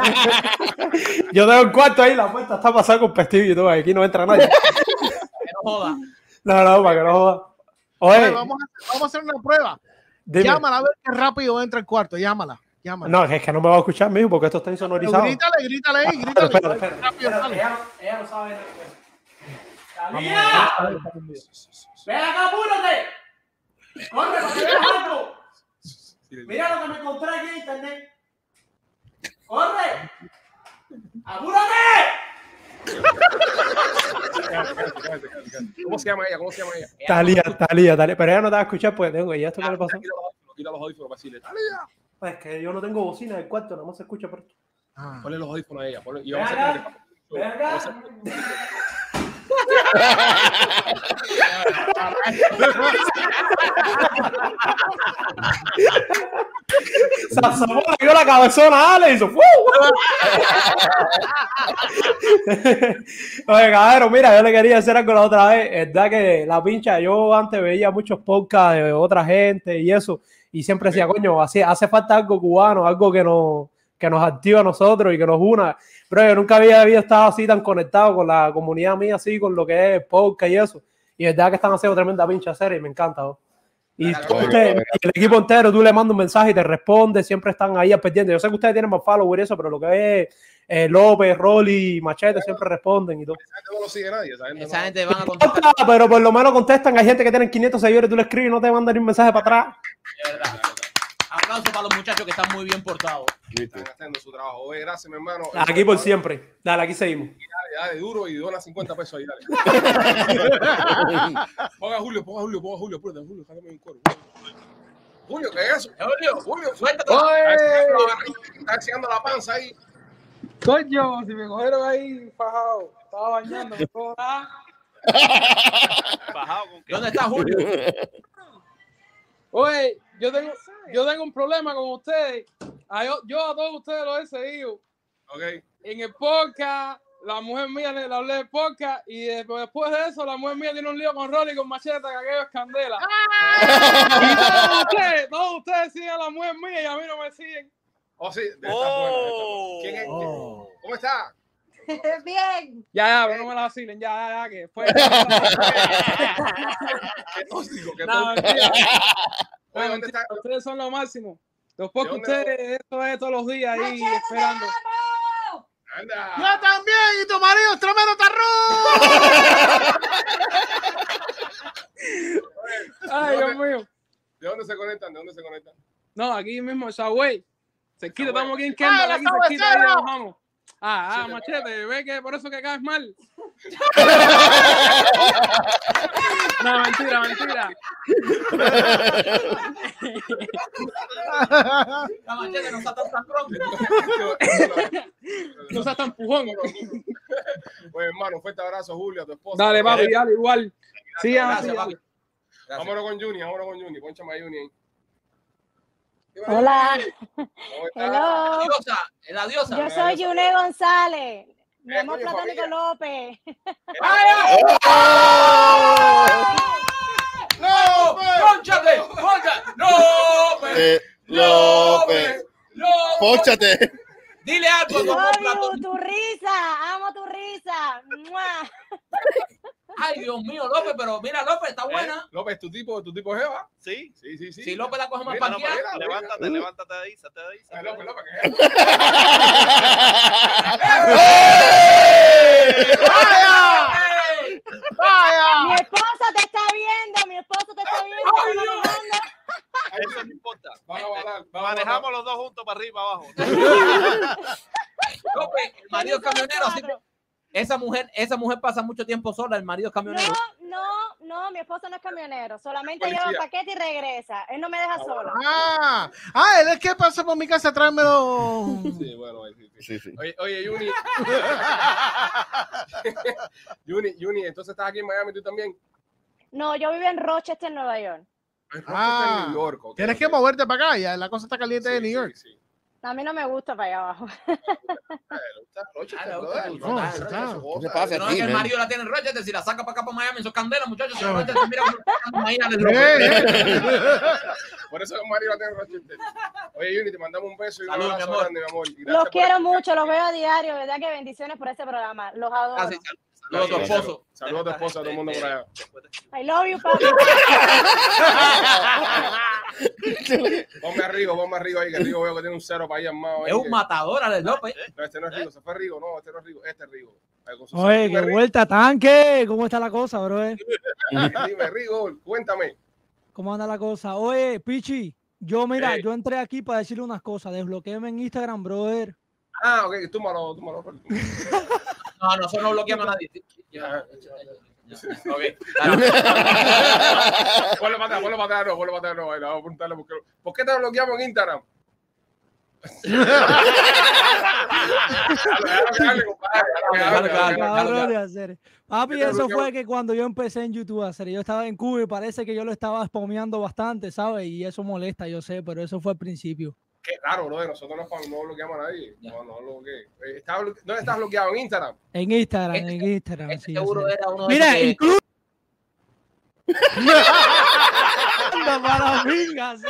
Speaker 14: haciendo. yo tengo un cuarto ahí, la puerta está pasada con pestillo y todo, aquí no entra nadie.
Speaker 4: Que no joda.
Speaker 14: No, no, para que no joda.
Speaker 8: Oye,
Speaker 14: Oye,
Speaker 8: vamos, a, vamos a hacer una prueba.
Speaker 14: dime.
Speaker 8: Llámala a ver qué rápido entra el cuarto. Llámala. Llámala.
Speaker 14: No, Ah, es que no me va a escuchar mismo porque esto está
Speaker 8: Pero
Speaker 14: insonorizado.
Speaker 8: grítale, grítale ahí, grítale. Qué rápido sale.
Speaker 14: ella no sabe.
Speaker 9: ¡Ven acá, apúrate! ¡Corre, para que veas algo!
Speaker 3: Sí,
Speaker 9: Mira lo que me compré aquí en internet. ¡Corre!
Speaker 3: ¿Cómo se llama ella? ¿Cómo se llama ella?
Speaker 14: Talía, Talía, Talía. Pero ella no te va a escuchar porque tengo pues, ya esto que le pasó.
Speaker 3: Quita los audífonos para decirle. "Dale".
Speaker 14: Es que yo no tengo bocina en el cuarto, nada más se escucha por esto.
Speaker 3: Ah. Ponle los audífonos a ella. pues. ponle- y vamos a hacer
Speaker 14: Venga,
Speaker 3: que- vamos a hacer-
Speaker 14: Se asomó, le dio la cabezona a Ale y hizo ¡Fu! Oye, cabrón, mira, yo le quería hacer algo la otra vez. Es verdad que la pincha, yo antes veía muchos podcasts de otra gente y eso, y siempre decía, coño, hace, hace falta algo cubano, algo que nos, que nos activa a nosotros y que nos una. Pero yo nunca había, había estado así tan conectado con la comunidad mía, así con lo que es podcast y eso. Y es verdad que están haciendo tremenda pincha serie y me encanta. ¿no? Y tú, usted- y el equipo entero, tú le mandas un mensaje y te responde, siempre están ahí al pendiente. Yo sé que ustedes tienen más followers y eso, pero lo que es eh, López, Rolly, Machete, siempre responden y todo.
Speaker 3: No lo sigue nadie. Esa gente, no-
Speaker 4: van a
Speaker 14: Importa, pero por lo menos contestan. Hay gente que tienen 500 seguidores, tú le escribes y no te mandan ni un mensaje para atrás.
Speaker 4: Aplauso para los muchachos que están muy bien portados.
Speaker 3: Están haciendo su trabajo. Oye, gracias, mi hermano.
Speaker 14: Aquí por siempre. Dale, aquí seguimos.
Speaker 3: Dale, dale, duro y dona 50 pesos ahí, dale. ponga Julio, ponga Julio, ponga Julio, apúrate, Julio, sácame un cuero. Julio, ¿qué es eso? Julio, Julio, suéltate.
Speaker 8: Oye.
Speaker 3: Está enseñando la panza ahí.
Speaker 8: Coño, si me cogieron ahí fajado, estaba bañando, me cojo. ¿ah?
Speaker 4: ¿Dónde está Julio?
Speaker 8: Oye, yo tengo, yo tengo un problema con ustedes. A yo, yo a todos ustedes los he seguido.
Speaker 3: Ok.
Speaker 8: En el podcast, la mujer mía le, le hablé de podcast y de- después de eso, la mujer mía tiene un lío con Rolly con Macheta, que aquello es candela. Y todos ustedes, todos ustedes siguen a la mujer mía y a mí no me siguen. Oh.
Speaker 3: Oh, sí, está bueno, está bueno. ¿Quién es? ¿Cómo está?
Speaker 12: Bien.
Speaker 8: Ya, ya, pero no me la vacilen, ya, ya, ya, que después.
Speaker 3: Qué tóxico, qué
Speaker 8: No,
Speaker 3: tóxico.
Speaker 8: mentira.
Speaker 3: Oye,
Speaker 8: No,
Speaker 3: ¿dónde
Speaker 8: mentira,
Speaker 3: está?
Speaker 8: Ustedes son lo máximo. Los pocos
Speaker 3: ¿De dónde?
Speaker 8: ustedes, eso es todos los días ahí esperando.
Speaker 3: Anda.
Speaker 8: Yo también, y tu marido es tremendo Ay, Dios mío.
Speaker 3: ¿De dónde se conectan? ¿De dónde se conectan?
Speaker 8: No, aquí mismo, esa güey. Se quita,
Speaker 3: Subway.
Speaker 8: estamos aquí en
Speaker 3: ¡Ah,
Speaker 8: Kendall,
Speaker 3: la
Speaker 8: aquí se quita, ahí
Speaker 3: Subway,
Speaker 8: nos bajamos. Ah, ah,
Speaker 3: Sí,
Speaker 8: machete, ve que por eso que caes mal. No, mentira, mentira.
Speaker 4: La machete no está tan sangrón.
Speaker 8: No seas tan pujón.
Speaker 3: Oye, Pues, hermano, fuerte abrazo, Julio, a tu esposa.
Speaker 8: Dale, papi, dale, igual. Sí,
Speaker 3: Gracias,
Speaker 8: así,
Speaker 3: papi.
Speaker 8: dale.
Speaker 3: Vámonos con Juni, vámonos con Juni, ponchame a Juni ahí.
Speaker 12: Hola.
Speaker 3: ¿Cómo está?
Speaker 12: Hello.
Speaker 4: Es la diosa.
Speaker 12: Yo soy Yune González. Mi
Speaker 3: Eh,
Speaker 12: amor
Speaker 3: coño,
Speaker 12: platónico López.
Speaker 4: ¡No! ¡Pónchate! ¡Pónchate! ¡No!
Speaker 10: Eh, López. Póchate.
Speaker 4: Dile algo
Speaker 12: Love
Speaker 4: doctor
Speaker 12: you,
Speaker 4: Platón.
Speaker 12: tu risa. Amo tu risa. Mua.
Speaker 4: Ay, Dios mío, López, pero mira, López, está buena.
Speaker 3: López, ¿tu tipo, tu tipo Jeva?
Speaker 7: Sí.
Speaker 3: Eh, Sí, sí, sí.
Speaker 4: Si López la coge más
Speaker 3: Mira,
Speaker 4: panqueada.
Speaker 3: mira, mira.
Speaker 7: Levántate, levántate de ahí, salte de ahí.
Speaker 3: Ay,
Speaker 7: salte de
Speaker 3: López,
Speaker 7: ahí.
Speaker 3: López, ¿qué es?
Speaker 12: ¡Vaya! Mi esposa te está viendo. Mi esposa te está viendo. te está mamando.
Speaker 7: Eso no importa.
Speaker 3: Vamos a balar, vamos a balar.
Speaker 7: Manejamos los dos juntos para arriba, abajo.
Speaker 4: López, el marido es camionero, así que esa mujer, esa mujer pasa mucho tiempo sola, el marido es camionero.
Speaker 12: No, no, no, mi esposo no es camionero, solamente
Speaker 4: Policía.
Speaker 12: lleva paquete y regresa. Él no me deja sola.
Speaker 8: Ah, ah, él es que pasa por mi casa a traerme los.
Speaker 3: Sí, bueno, ahí sí, sí. Oye, oye, Juni. Juni, Juni, entonces estás aquí en Miami tú también.
Speaker 12: No, yo vivo en Rochester, Nueva York.
Speaker 3: Ah, en New York, ok,
Speaker 8: Tienes
Speaker 3: ok.
Speaker 8: que moverte para acá, ya la cosa está caliente de New York.
Speaker 12: A mí no me gusta para allá abajo.
Speaker 4: Ah,
Speaker 3: Rochester, brother.
Speaker 8: No,
Speaker 3: Rochester,
Speaker 8: está.
Speaker 3: eso es cosa.
Speaker 4: Pero no es que el marido la tiene en Rochester, si la saca para acá para Miami, eso es candela, muchachos. Si Rochester, mira, imagínate, López.
Speaker 3: Por eso el marido la tiene en Rochester. Oye, Juni, te mandamos un beso y un
Speaker 4: Salud,
Speaker 3: abrazo
Speaker 4: mi amor.
Speaker 3: grande, mi amor. Y gracias
Speaker 12: Los
Speaker 3: por-
Speaker 12: quiero mucho, los veo a diario, ¿verdad? Que bendiciones por este programa. Los
Speaker 3: Ah,
Speaker 12: adoro.
Speaker 4: Así, Saludos a tu esposo.
Speaker 3: Saludos a tu esposa, a todo el mundo por allá.
Speaker 12: I love you, papi.
Speaker 3: Ponme a Rigo, ponme a Rigo ahí, que Rigo veo que tiene un cero para ahí armado. ahí,
Speaker 4: Es un
Speaker 3: que-
Speaker 4: matador, Alex López.
Speaker 3: No, este no es Rigo, se fue Rigo, no, este no es Rigo, este es Rigo. Ahí con su
Speaker 15: Oye,
Speaker 3: cero.
Speaker 15: qué vuelta, tanque. ¿Cómo está la cosa, bro?
Speaker 3: Dime, Rigo, cuéntame.
Speaker 15: ¿Cómo anda la cosa? Oye, Pichi, yo mira, yo entré aquí para decirle unas cosas. Desbloquéeme en Instagram, brother.
Speaker 3: Ah, ok, pues. túmalo, túmalo.
Speaker 4: No, nosotros no bloqueamos a nadie.
Speaker 3: Ok. Vuelve para atrás, vuelve para atrás, no, vuelve para atrás, no. ahí le vamos a preguntarle por qué. ¿Por qué te bloqueamos en Instagram?
Speaker 15: Claro,
Speaker 3: claro, claro,
Speaker 15: cabrón de
Speaker 3: claro.
Speaker 15: hacer. Papi,
Speaker 3: Yo te
Speaker 15: eso
Speaker 3: bloqueo.
Speaker 15: fue que cuando yo empecé en YouTube a hacer, yo estaba en Cuba y parece que yo lo estaba spameando bastante, ¿sabes? Y eso molesta, yo sé, pero eso fue al principio.
Speaker 3: Qué raro, bro. Nosotros no, no bloqueamos a nadie. No, no bloqueé. Eh, está blo- ¿Dónde estás bloqueado? ¿En Instagram?
Speaker 15: En Instagram, en Instagram. sí, yo
Speaker 4: Este seguro
Speaker 15: sé.
Speaker 4: era uno de
Speaker 15: Mira,
Speaker 4: esos que-
Speaker 15: incluso.
Speaker 4: Anda para mingas.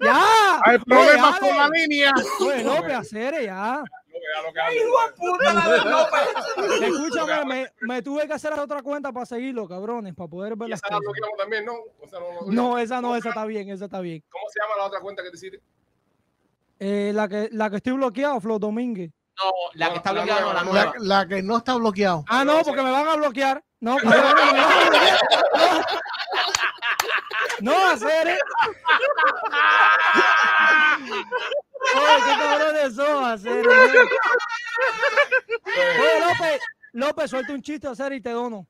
Speaker 15: ¡Ya! Pues
Speaker 4: Hay problemas
Speaker 15: Oye,
Speaker 4: con la
Speaker 15: Ale.
Speaker 4: línea.
Speaker 15: Oye, López, hacer ya.
Speaker 3: pues.
Speaker 15: Escúchame, me, me tuve que hacer otra cuenta para seguirlo, cabrones, para poder ver
Speaker 3: Y
Speaker 15: las
Speaker 3: esa la
Speaker 15: cosas.
Speaker 3: bloqueamos también, ¿no? O sea,
Speaker 15: No, esa no, esa está bien, esa está bien.
Speaker 3: ¿Cómo se llama la otra cuenta que te hiciste?
Speaker 15: Eh, la, que, la que estoy bloqueado, Flo Domínguez.
Speaker 4: No, la que está bloqueada no, la
Speaker 5: La,
Speaker 4: nueva.
Speaker 5: la que no está bloqueado.
Speaker 15: Ah, no, porque me van a bloquear. No, cabrón, me van a bloquear. No, no hacer. eh. Oye, qué cabrones son hacer. Oye, López, López, suelta un chiste hacer y te dono.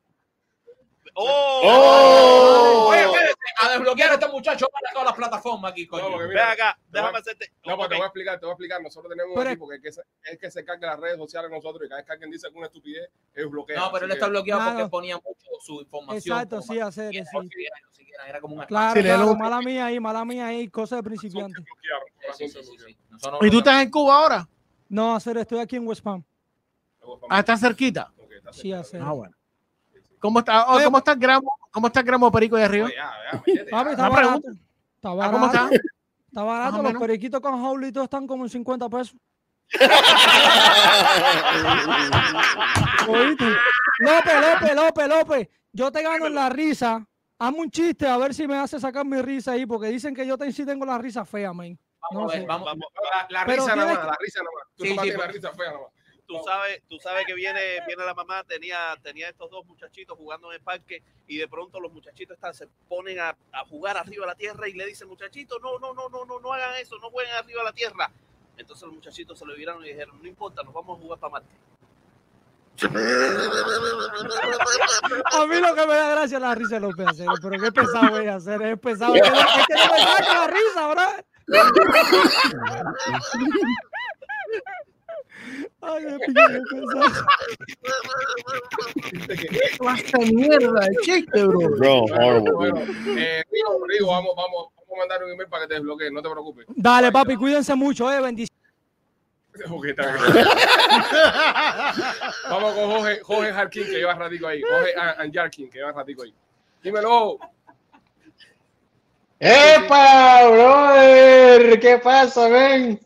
Speaker 7: ¡Oh!
Speaker 4: Oye, espérense, a desbloquear a este muchacho para todas las plataformas aquí, coño.
Speaker 3: Ve acá,
Speaker 7: déjame
Speaker 3: hacerte. No, pues te voy a explicar, te voy a explicar. Nosotros tenemos un
Speaker 4: Pero-
Speaker 3: equipo que, que se- es que se carga las redes sociales nosotros y cada vez que alguien dice alguna estupidez, ellos bloquean.
Speaker 4: No, pero él
Speaker 3: Así
Speaker 4: está
Speaker 3: que-
Speaker 4: bloqueado porque
Speaker 15: Claro.
Speaker 4: ponía mucho su información.
Speaker 15: Exacto,
Speaker 4: como
Speaker 15: sí, hacer.
Speaker 4: siquiera,
Speaker 15: sí.
Speaker 4: no siquiera, no siquiera, Era como un
Speaker 15: Claro,
Speaker 5: Sí, le
Speaker 15: claro,
Speaker 5: doy.
Speaker 15: mala mía ahí, mala mía ahí, cosa de principiante.
Speaker 4: Sí, sí, sí, sí. Nosotros no
Speaker 5: ¿Y tú
Speaker 4: bloqueamos.
Speaker 5: estás en Cuba ahora?
Speaker 15: No, hacer, estoy aquí en West Palm.
Speaker 5: Ah, está cerquita.
Speaker 15: Sí, hacer.
Speaker 5: Ah, bueno. ¿Cómo está, oh, ¿cómo está el gramo? ¿Cómo está el gramo de perico ahí arriba?
Speaker 15: Papi, está
Speaker 5: Una
Speaker 15: barato.
Speaker 5: pregunta.
Speaker 15: Está
Speaker 5: Ah,
Speaker 15: barato.
Speaker 5: ¿cómo está?
Speaker 15: Está barato, los periquitos con jaula y todo están como en 50 pesos. ¿Oíste? López, López, López, López, yo te gano en la risa. Hazme un chiste a ver si me hace sacar mi risa ahí, porque dicen que yo te, sí tengo la risa fea, man.
Speaker 7: Vamos a ver, vamos.
Speaker 3: La, la
Speaker 15: Pero
Speaker 3: risa nada
Speaker 15: tiene
Speaker 3: más,
Speaker 15: que-
Speaker 3: la risa nada más. Tú
Speaker 7: Sí,
Speaker 3: tomaste
Speaker 7: sí,
Speaker 3: la
Speaker 7: pues.
Speaker 3: risa fea nada más.
Speaker 7: Tú sabes, tú sabes que viene, viene la mamá, tenía, tenía estos dos muchachitos jugando en el parque y de pronto los muchachitos están, se ponen a, a jugar arriba a la tierra y le dicen, muchachito, no, no, no, no, no, no hagan eso, no jueguen arriba a la tierra. Entonces los muchachitos se lo viraron y dijeron, no importa, nos vamos a jugar para Marte.
Speaker 15: A mí lo que me da gracia es la risa de López Acero, pero qué pesado es hacer, es pesado. Es que no, es que no me saca la risa, bro. Ay, me piqué, qué pesado.
Speaker 5: ¿Qué clase de mierda de chiste, bro?
Speaker 10: Bro, horrible.
Speaker 3: Eh, Rigo, Rigo, vamos, vamos, vamos a mandar un email para que te desbloqueen, no te preocupes.
Speaker 15: Dale, papi, cuídense mucho, eh, bendiciones.
Speaker 3: Ok, está bien. vamos con Jorge, Jorge Jarkin, que lleva ratico ahí. Jorge An- Anjarkin, que lleva ratico ahí. Dímelo.
Speaker 16: ¡Epa, brother! ¿Qué pasa, ven?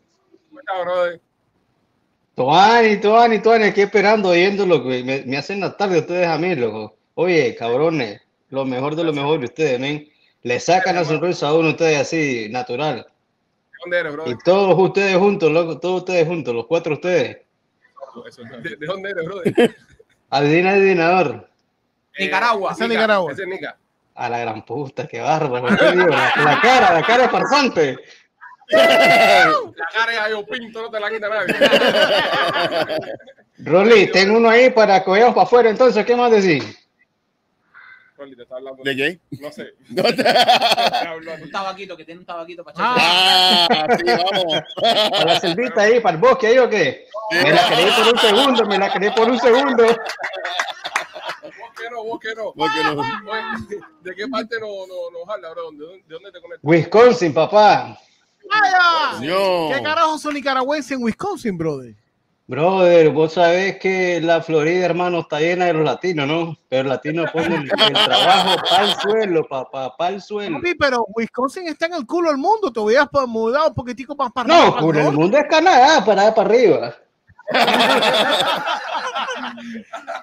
Speaker 3: ¿Cómo estás, brother?
Speaker 16: Tuani, Tuani, Tuani, aquí esperando, oyendo lo que me, me hacen la tarde ustedes a mí, loco. Oye, cabrones, lo mejor de lo mejor de ustedes, men. Le sacan la sonrisa a uno ustedes así, natural.
Speaker 3: ¿De dónde eres,
Speaker 16: Y
Speaker 3: brother?
Speaker 16: todos ustedes juntos, loco, todos ustedes juntos, los cuatro ustedes.
Speaker 3: Eso, ¿De, de dónde eres, brother?
Speaker 16: Adivina, adivinador.
Speaker 3: Nicaragua.
Speaker 16: Ese es Nicaragua.
Speaker 3: Eh, Ese es Nica.
Speaker 16: A la gran puta, qué bárbaro. ¿qué digo? La, la cara, la cara es farsante.
Speaker 3: La cara es a yo pinto, no te la quita nadie.
Speaker 16: Rolly, tengo uno ahí para que vayamos para afuera, entonces, ¿qué más decir?
Speaker 3: Rolly, te está hablando.
Speaker 10: ¿De qué?
Speaker 3: No sé.
Speaker 10: No te-
Speaker 4: Un tabaquito, que tiene un tabaquito para
Speaker 10: Ah, sí, vamos.
Speaker 16: Para la selvita ahí, para el bosque ahí o qué? Me la creí por un segundo, me la creí por un segundo.
Speaker 3: Vos que no, vos que no.
Speaker 16: Vos que no.
Speaker 3: Oye, ¿De qué parte nos no, no nos habla, bro? ¿De dónde, de dónde te conectas?
Speaker 16: Wisconsin, papá.
Speaker 5: ¡Vaya!
Speaker 16: Yo.
Speaker 5: ¿Qué carajo son nicaragüenses en Wisconsin, brother?
Speaker 16: Brother, vos sabés que la Florida, hermano, está llena de los latinos, ¿no? Pero los latinos ponen el, el trabajo para el suelo, papá, para el suelo.
Speaker 5: Papi, pero Wisconsin está en el culo del mundo. Te hubieras pa- mudado un poquitico más para
Speaker 16: No,
Speaker 5: para
Speaker 16: culo, el
Speaker 5: norte.
Speaker 16: mundo es Canadá, para, para arriba.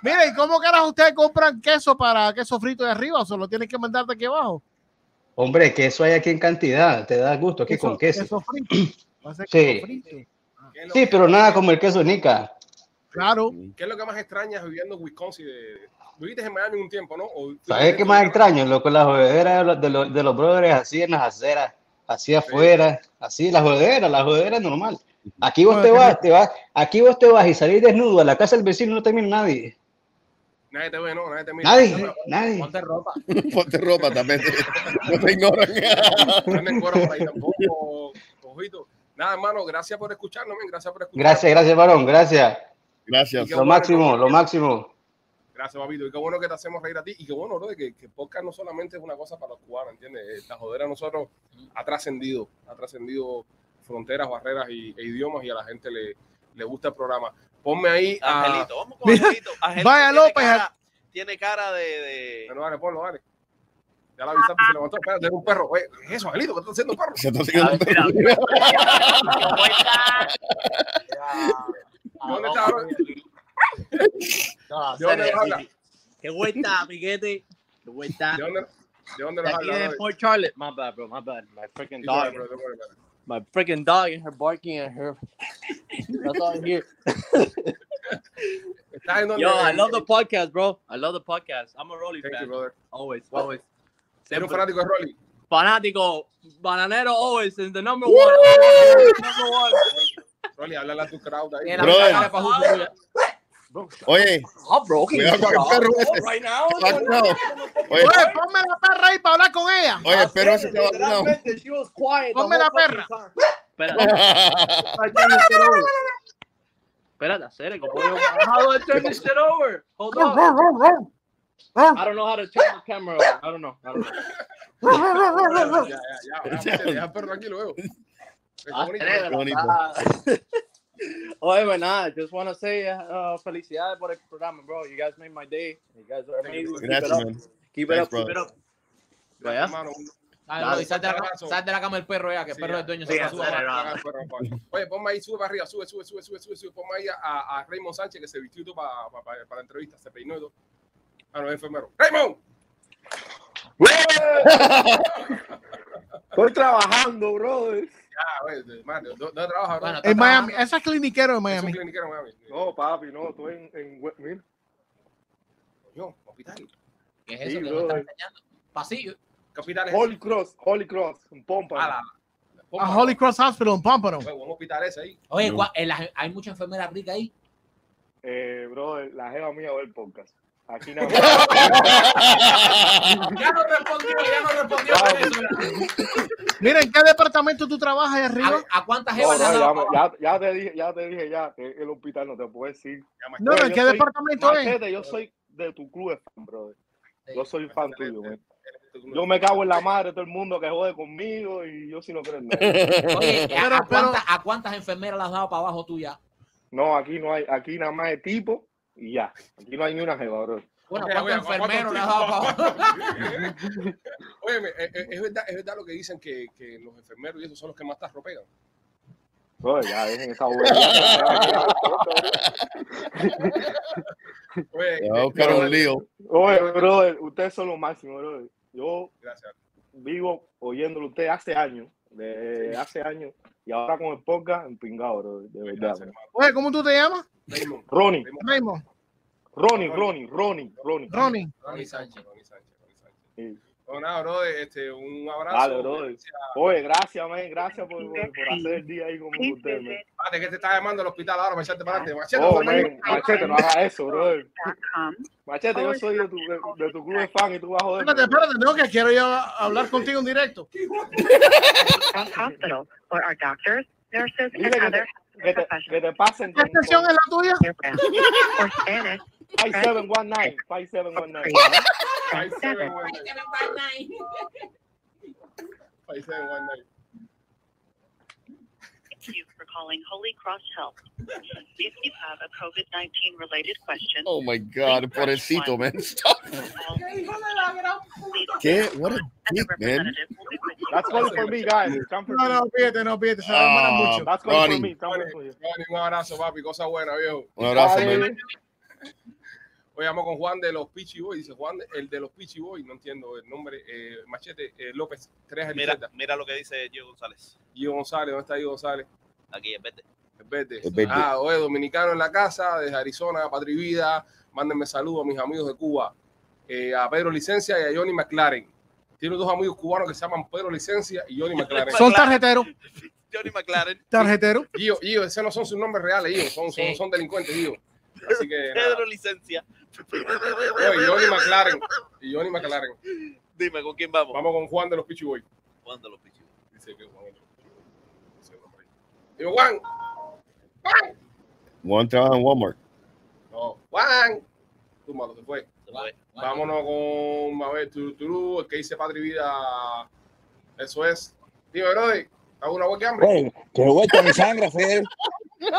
Speaker 5: Mira, ¿y cómo carajo ustedes compran queso para queso frito de arriba? ¿O se lo tienen que mandar de aquí abajo?
Speaker 16: Hombre, que eso hay aquí en cantidad, te da gusto aquí con queso.
Speaker 5: Queso frito. Va a ser
Speaker 16: Sí.
Speaker 5: queso frito.
Speaker 16: Sí, pero nada como el queso nica.
Speaker 5: Claro.
Speaker 3: ¿Qué es lo que más extrañas viviendo en Wisconsin? De- Viviste en Miami un tiempo, ¿no? O-
Speaker 16: ¿Sabes qué más extraño? Loco, las bebederas de los, de los, de los brothers así en las aceras. así afuera, así, la jodera, la jodera normal. Aquí vos te vas, te vas, aquí vos te vas y salís desnudo a la casa del vecino no te mira nadie.
Speaker 3: Nadie te ve, no, nadie te mira.
Speaker 16: Nadie, nadie.
Speaker 4: Ponte ropa.
Speaker 10: Ponte ropa también. No te ignoran.
Speaker 3: No anden cuero por ahí tampoco, ojito. Nada, hermano, gracias por escucharnos, men, gracias por escucharnos.
Speaker 16: Gracias, gracias, varón, gracias.
Speaker 10: Gracias.
Speaker 16: Lo máximo, lo máximo.
Speaker 3: Gracias, papito. Y qué bueno que te hacemos reír a ti. Y qué bueno, bro, que, que podcast no solamente es una cosa para los cubanos, ¿entiendes? Eh, La jodera a nosotros ha trascendido, ha trascendido fronteras, barreras y, e idiomas y a la gente le, le gusta el programa. Ponme ahí a...
Speaker 7: Angelito, vamos con Angelito. Angelito
Speaker 3: Vaya
Speaker 7: tiene
Speaker 3: López,
Speaker 7: cara- Tiene cara de. de-
Speaker 3: Bueno, vale, ponlo, vale. Ya la avisaste, se levantó. Espérate, era un perro. Oye, ¿qué es eso, Angelito? ¿Qué está haciendo un perro?
Speaker 10: Se está haciendo un perro.
Speaker 3: ¿Dónde está, bro?
Speaker 9: No,
Speaker 3: ¿De dónde
Speaker 9: serio,
Speaker 3: nos habla?
Speaker 9: sí, sí. Qué vuelta, piquete. Qué vuelta.
Speaker 3: ¿De dónde, de dónde
Speaker 9: De
Speaker 3: nos
Speaker 9: aquí
Speaker 3: habla?
Speaker 9: de
Speaker 3: bro?
Speaker 9: Port Charlotte. My bad, bro. My bad. My freaking
Speaker 3: Sí, sorry,
Speaker 9: dog.
Speaker 3: bro, don't worry about it.
Speaker 9: My freaking dog and her barking and her. That's all I hear.
Speaker 3: Estás en donde-
Speaker 9: Yo, I love the podcast, bro. I love the podcast. I'm a Rolly
Speaker 3: Thank
Speaker 9: fan.
Speaker 3: you, brother.
Speaker 9: Always, always.
Speaker 3: Ser un fanático de Rolly.
Speaker 9: Fanático. Bananero always is the number
Speaker 3: Woo!
Speaker 9: one. number one.
Speaker 3: Rolly, háblale a tu crowd ahí.
Speaker 9: Bien,
Speaker 10: Brother.
Speaker 9: háblale para jugar.
Speaker 10: Oye,
Speaker 9: Oh, bro, okay,
Speaker 10: cuidado con
Speaker 9: shut
Speaker 10: el
Speaker 9: up.
Speaker 10: perro ese.
Speaker 9: Right now?
Speaker 10: Vacunado. Oye,
Speaker 5: Oye, ponme la perra ahí para hablar con ella.
Speaker 10: oye, el perro ese está vacunado.
Speaker 9: Literalmente, she was quiet the
Speaker 5: Ponme la
Speaker 9: whole fucking
Speaker 5: perra.
Speaker 9: time.
Speaker 10: Espera.
Speaker 9: Espérate, hacer como yo. How do I turn this shit over? Hold on. I don't know how to turn the camera on. I don't know. I don't know.
Speaker 3: Ya, ya, ya, ya, ya, deja el perro aquí luego.
Speaker 9: Ah,
Speaker 3: bonito.
Speaker 9: cerebro,
Speaker 3: Qué bonito.
Speaker 9: ah. Oye, pues nada, just want to say uh, felicidades por el programa, bro. You guys made my day. You guys are
Speaker 3: Thank you,
Speaker 9: amazing. Keep
Speaker 10: Gracias,
Speaker 9: it up.
Speaker 10: man.
Speaker 9: Keep it
Speaker 10: Thanks,
Speaker 9: up. Keep it
Speaker 10: brother.
Speaker 9: up. Vaya.
Speaker 3: Hermano,
Speaker 4: Dale, bro, y sal de, la, cama- sal de la cama el perro ya, que el
Speaker 3: Sí,
Speaker 4: perro
Speaker 3: ya.
Speaker 4: es dueño.
Speaker 3: Sí,
Speaker 4: se
Speaker 3: ya,
Speaker 4: suba,
Speaker 3: dale,
Speaker 4: va.
Speaker 3: dale, dale, dale, dale. Oye, ponme ahí, sube para arriba, sube, sube, sube, sube, sube, sube. Ponme ahí a, a Raymond Sánchez que se vistió para pa, pa- para la entrevista, se peinó y todo. Ah, no, es enfermero. ¡Raymond!
Speaker 6: Estoy trabajando, brother.
Speaker 3: Ah, güey, de- madre, ¿dó- ¿dónde trabajas, bro?
Speaker 5: En Miami, eso es cliniquero en
Speaker 3: Es un
Speaker 5: Miami.
Speaker 3: cliniquero en Miami.
Speaker 6: No, papi, no, estoy en, en Westmill.
Speaker 3: Coño, hospital.
Speaker 4: ¿Qué es
Speaker 6: Sí,
Speaker 4: eso que me
Speaker 6: brother.
Speaker 4: estás enseñando? Pasillo.
Speaker 3: Capital es
Speaker 6: Holy Cross, Holy Cross, en Pompa.
Speaker 3: Ah,
Speaker 5: A Holy Cross Hospital en Pompano.
Speaker 3: Güey, un hospital ese ahí.
Speaker 4: Oye,
Speaker 6: No.
Speaker 4: gua- en la- hay mucha enfermera rica ahí.
Speaker 6: Eh, brother, la jeva mía ve el podcast. Aquí nada más.
Speaker 4: Ya no respondió, ya no respondió. Venezuela.
Speaker 5: Mira, ¿en qué departamento tú trabajas ahí arriba?
Speaker 4: ¿A, a cuántas
Speaker 6: No,
Speaker 4: jevas le
Speaker 6: no,
Speaker 4: has
Speaker 6: ya,
Speaker 4: dado?
Speaker 6: me- ya, ya te dije, ya te dije, ya, que el hospital no te puedo decir.
Speaker 5: No,
Speaker 6: Brother,
Speaker 5: ¿en
Speaker 6: yo
Speaker 5: qué
Speaker 6: soy-
Speaker 5: departamento es?
Speaker 6: Machete, Yo soy de tu club de fan, brother. Yo soy fan tuyo, man.
Speaker 3: club
Speaker 6: Yo me cago en la madre de todo el mundo que jode conmigo y yo sí no creo en nada.
Speaker 4: Oye, eh, ¿a,
Speaker 5: Pero-
Speaker 4: a cuántas, a cuántas enfermeras le has dado para abajo tuya?
Speaker 6: No, aquí no hay, aquí nada más es tipo y ya. Aquí no hay ni una jeva, brother.
Speaker 4: Bueno,
Speaker 3: Ok,
Speaker 4: ¿cuántos
Speaker 3: oye, ¿cuántos
Speaker 4: enfermeros le has dado para abajo?
Speaker 3: Óyeme, eh, eh, es verdad, es verdad lo que dicen que, que los enfermeros y esos son los que más te arropean.
Speaker 6: Brother, ya dejen esa bobería.
Speaker 3: Oye,
Speaker 10: Ya va a buscar un lío.
Speaker 6: Oye, brother, ustedes son lo máximo, brother. Yo
Speaker 3: gracias.
Speaker 6: vivo oyéndolo a usted hace años, de
Speaker 3: Sí.
Speaker 6: hace años, y ahora con el podcast empingado, bro, de verdad.
Speaker 3: Gracias,
Speaker 6: bro.
Speaker 3: hermano.
Speaker 5: Oye, ¿cómo tú te llamas?
Speaker 3: Raymond,
Speaker 6: Ronnie,
Speaker 3: Raymond,
Speaker 5: Raymond.
Speaker 6: Ronnie, Ronnie, Ronnie, Ronnie.
Speaker 5: Ronnie.
Speaker 3: Ronnie Sánchez, Ronnie Sánchez, Ronnie Sánchez.
Speaker 6: Sí.
Speaker 3: Bueno, nada, bro, este, un abrazo.
Speaker 6: Dale, brother.
Speaker 3: Gracias.
Speaker 6: Oye, gracias, man, gracias por, por- por hacer el día ahí con ustedes, man.
Speaker 3: Espérate, que te está llamando al hospital ahora, machete para adelante. Machete,
Speaker 6: Oh,
Speaker 3: por favor.
Speaker 6: man, machete, no hagas eso, brother. Machete, yo soy de tu, de, de tu club de fan y tú vas a joder.
Speaker 5: Espérate, espérate, no, que quiero yo hablar contigo en directo.
Speaker 17: hospital for our doctors, nurses,
Speaker 6: Dile
Speaker 17: and
Speaker 6: que
Speaker 17: other
Speaker 6: te, que te, que te pasen
Speaker 5: ¿Qué
Speaker 6: con,
Speaker 5: estación
Speaker 6: con
Speaker 5: es la tuya?
Speaker 17: programs. For Spanish,
Speaker 6: 5719, 5719.
Speaker 3: Five seven one
Speaker 12: Ay,
Speaker 3: nine,
Speaker 12: que me parnaí.
Speaker 3: five seven one nine.
Speaker 17: thank you for calling Holy Cross Health. If you have a COVID-19 related question,
Speaker 10: Oh my God, pobrecito, man. Stop.
Speaker 17: call
Speaker 12: Qué hijo de la gran puta.
Speaker 10: ¿Qué? What a dick, man.
Speaker 17: representative will be with you.
Speaker 6: That's calling for me, guys. Come for
Speaker 5: No, no,
Speaker 6: me.
Speaker 5: fíjate, no, fíjate, se demora
Speaker 10: Ah,
Speaker 5: mucho.
Speaker 6: That's calling for
Speaker 10: Ronnie,
Speaker 6: me. Come for me.
Speaker 3: Ronnie, un abrazo, papi, cosa buena, viejo.
Speaker 10: un abrazo,
Speaker 6: Dale.
Speaker 10: man.
Speaker 3: Hoy llamo con Juan de los Pichi Boys. Dice Juan, el de los Pichi Boys, no entiendo el nombre. eh, machete eh, López, tres
Speaker 7: Mira,
Speaker 3: Eliseta.
Speaker 7: mira lo que dice Diego González.
Speaker 3: Guido González, ¿dónde está Guido González?
Speaker 7: Aquí es verde.
Speaker 3: Es verde.
Speaker 10: Es verde.
Speaker 3: Ah, oye, dominicano en la casa, desde Arizona, Patri Vida. Mándenme saludos a mis amigos de Cuba, eh, a Pedro Licencia y a Johnny McLaren. Tiene dos amigos cubanos que se llaman Pedro Licencia y Johnny McLaren.
Speaker 5: Son tarjeteros.
Speaker 7: Johnny McLaren.
Speaker 5: Tarjetero.
Speaker 3: Gio, Gio, esos no son sus nombres reales, Gio. Son, son, son delincuentes, Gio. Así que. nada.
Speaker 7: Pedro Licencia.
Speaker 3: Oye, Johnny McLaren. Y Johnny McLaren.
Speaker 7: Dime, ¿con quién vamos?
Speaker 3: Vamos con Juan de los Pichiboy.
Speaker 7: Juan de los Pichibos.
Speaker 3: Dice que Juan de los Pichiboy. Dice el nombre. Digo, Juan. Juan.
Speaker 6: Juan trabaja en Walmart.
Speaker 3: No, Juan. Túmbalo, se fue. Vámonos con Mabel Turú, el que dice Patri Vida. Eso es. Dime, Brody. ¿Hago una hueca hambre?
Speaker 18: Güey, que vuelta mi sangre, Fidel.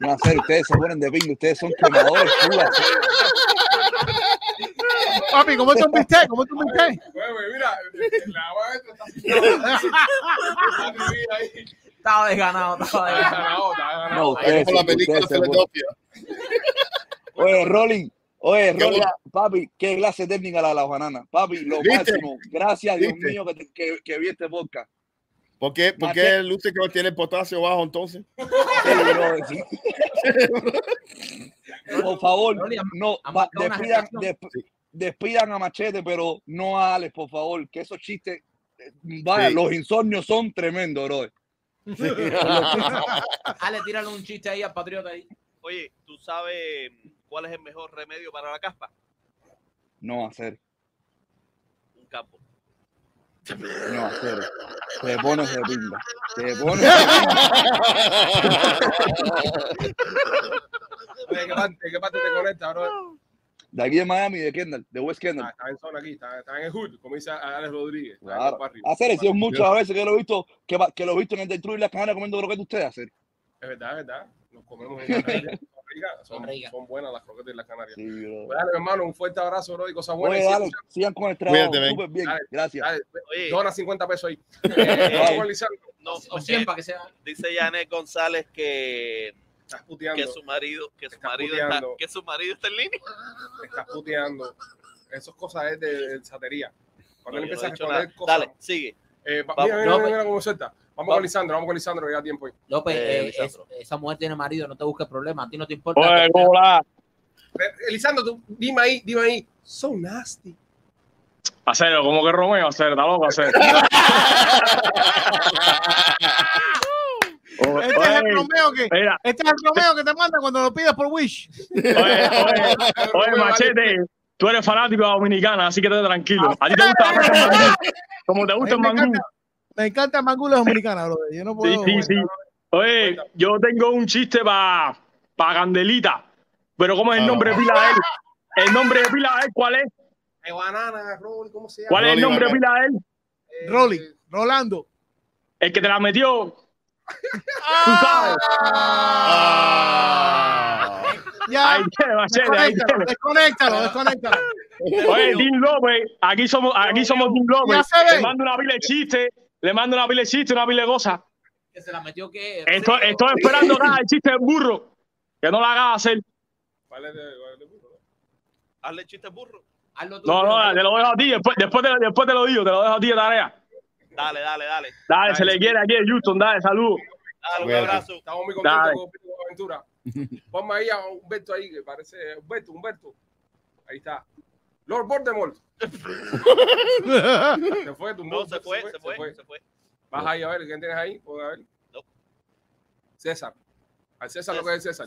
Speaker 18: No sé, ustedes se ponen de pingo, ustedes son quemadores, eh. Cuba.
Speaker 5: Papi, ¿cómo te un bistec? ¿Cómo te un bistec?
Speaker 3: Güey, mira, la maestra está así. Patri Vida ahí.
Speaker 4: Estaba desganado, estaba
Speaker 3: desganado.
Speaker 6: Ah,
Speaker 18: No, ustedes,
Speaker 6: como la
Speaker 18: ustedes
Speaker 6: película
Speaker 18: se
Speaker 6: Philadelphia.
Speaker 18: Oye, Rolling, oye,
Speaker 6: ¿Qué
Speaker 18: Rolling,
Speaker 6: hola?
Speaker 18: papi, qué clase técnica la de la banana. Papi, lo
Speaker 6: ¿Viste?
Speaker 18: máximo. Gracias, Dios
Speaker 6: ¿Viste?
Speaker 18: mío, que, te- que, que vi este podcast.
Speaker 6: ¿Por qué, por qué el Luther que tiene el potasio bajo entonces?
Speaker 18: Por favor, no, va-
Speaker 6: marcado una
Speaker 18: despidan,
Speaker 6: generación.
Speaker 18: desp- despidan a Machete, pero no a Alex, por favor, que esos chistes, eh, vaya,
Speaker 6: Sí.
Speaker 18: los insomnios son tremendos, bro.
Speaker 4: Ale, tírale un chiste ahí al patriota ahí.
Speaker 7: Oye, ¿tú sabes mm, cuál es el mejor remedio para la caspa?
Speaker 18: No hacer,
Speaker 7: Un campo.
Speaker 18: no hacer. Te pones de pinga. Te pones de pinga.
Speaker 3: Oye, ¿qué parte, qué parte te conecta, bro?
Speaker 18: De aquí de Miami, de Kendall, de West Kendall.
Speaker 3: Ah, está en zona aquí, está, está en el hood, como dice Alex Rodríguez. está en el
Speaker 18: Claro. Ah,
Speaker 3: barrio.
Speaker 18: Hacer eso muchas veces que lo he visto, que, va- que lo he visto en el Detroit y las cadenas comiendo croquetas ustedes hacer.
Speaker 3: Es verdad, es verdad. Nos comemos en las Canarias. Son ricas, son, son buenas las croquetas de las Canarias. Pues dale, mi hermano, un fuerte abrazo, bro, y cosas buenas.
Speaker 18: Oye,
Speaker 3: Y
Speaker 18: dale,
Speaker 3: siempre-
Speaker 18: sigan con el trabajo.
Speaker 6: Cuídate, ven.
Speaker 18: Súper bien. Gracias.
Speaker 7: Oye,
Speaker 3: Dona 50 pesos ahí.
Speaker 7: Ay.
Speaker 3: Juan Lisandro.
Speaker 7: no,
Speaker 4: O
Speaker 7: eh,
Speaker 4: 100 para que sea.
Speaker 7: dice Janet González que,
Speaker 3: puteando.
Speaker 7: que su marido, que su
Speaker 3: Estás
Speaker 7: marido está,
Speaker 3: puteando.
Speaker 7: que su marido está en línea.
Speaker 3: Estás puteando. Esas cosas es de, de satería. Cuando
Speaker 7: No,
Speaker 3: él
Speaker 7: yo no
Speaker 3: empieza
Speaker 7: he
Speaker 3: a
Speaker 7: dicho
Speaker 3: responder
Speaker 7: nada.
Speaker 3: cosas.
Speaker 7: Dale, sigue.
Speaker 3: Eh, va-
Speaker 7: Vamos,
Speaker 3: mira, mira, mira,
Speaker 7: López.
Speaker 3: mira cómo suelta. Vamos, con
Speaker 7: Vamos.
Speaker 3: Lisandro, vamos con Lisandro, que ya tiempo. ahí.
Speaker 4: López,
Speaker 3: Eh,
Speaker 4: eh,
Speaker 3: Lisandro.
Speaker 4: es- esa mujer tiene marido, no te busques problemas, a ti no te importa.
Speaker 19: Oye,
Speaker 4: que-
Speaker 19: hola.
Speaker 3: Eh, Lisandro, tú, dime ahí, dime ahí. So nasty.
Speaker 19: Acero, ¿cómo que Romeo? Acero, está loco, acero.
Speaker 5: Este es el Romeo que, este es el Romeo que te manda cuando lo pides por Wish.
Speaker 19: Oye, Machete, tú eres fanático de la dominicana, así que estate tranquilo. A ti te gusta mucho el mangú. Como te gusta el
Speaker 5: Me
Speaker 19: mangú.
Speaker 5: encanta, me encanta Mangú la dominicana, brother. Yo no
Speaker 19: Sí,
Speaker 5: puedo.
Speaker 19: sí, sí. Oye, yo tengo un chiste para pa Candelita. Pero ¿cómo es el nombre de pila de él? ¿El nombre de pila de él cuál es?
Speaker 3: Eh, banana, Rolly, ¿cómo se llama?
Speaker 19: ¿Cuál es el nombre de pila de él?
Speaker 5: Eh, Rolly, Rolando.
Speaker 19: El que te la metió. Tú sabes.
Speaker 5: Ah. Ya.
Speaker 19: Ahí tiene, Machete, ahí
Speaker 5: Desconéctalo,
Speaker 19: tiene.
Speaker 5: desconéctalo, desconéctalo.
Speaker 19: Oye, Tim López, aquí somos, aquí somos Tim
Speaker 5: Ya
Speaker 19: López.
Speaker 5: se ve.
Speaker 19: Le mando una pila de chiste, le mando una pila de chiste, una pila de goza.
Speaker 4: Que se la metió que.
Speaker 19: Estoy, estoy esperando nada el chiste del burro, que no la hagas hacer.
Speaker 3: ¿Cuál es de- cuál es de burro?
Speaker 7: Hazle chiste burro.
Speaker 4: Hazlo tú.
Speaker 19: No, no, te lo dejo a ti, después, después, te, después te lo digo, te lo dejo a ti de tarea.
Speaker 7: Dale, dale, dale.
Speaker 19: Dale, se le quiere aquí a Houston, dale, saludos.
Speaker 7: Dale, un
Speaker 19: Cuídate.
Speaker 7: abrazo.
Speaker 3: Estamos muy
Speaker 19: Dale.
Speaker 3: contentos con Pico Aventura. Ponme ahí a Humberto ahí, que parece Humberto, Humberto. Ahí está. Lord Voldemort. se fue, tu
Speaker 7: No, se fue, se fue, se fue.
Speaker 3: Vas ahí a ver, ¿quién tienes ahí? Pon a ver. César. Al César, lo que es César.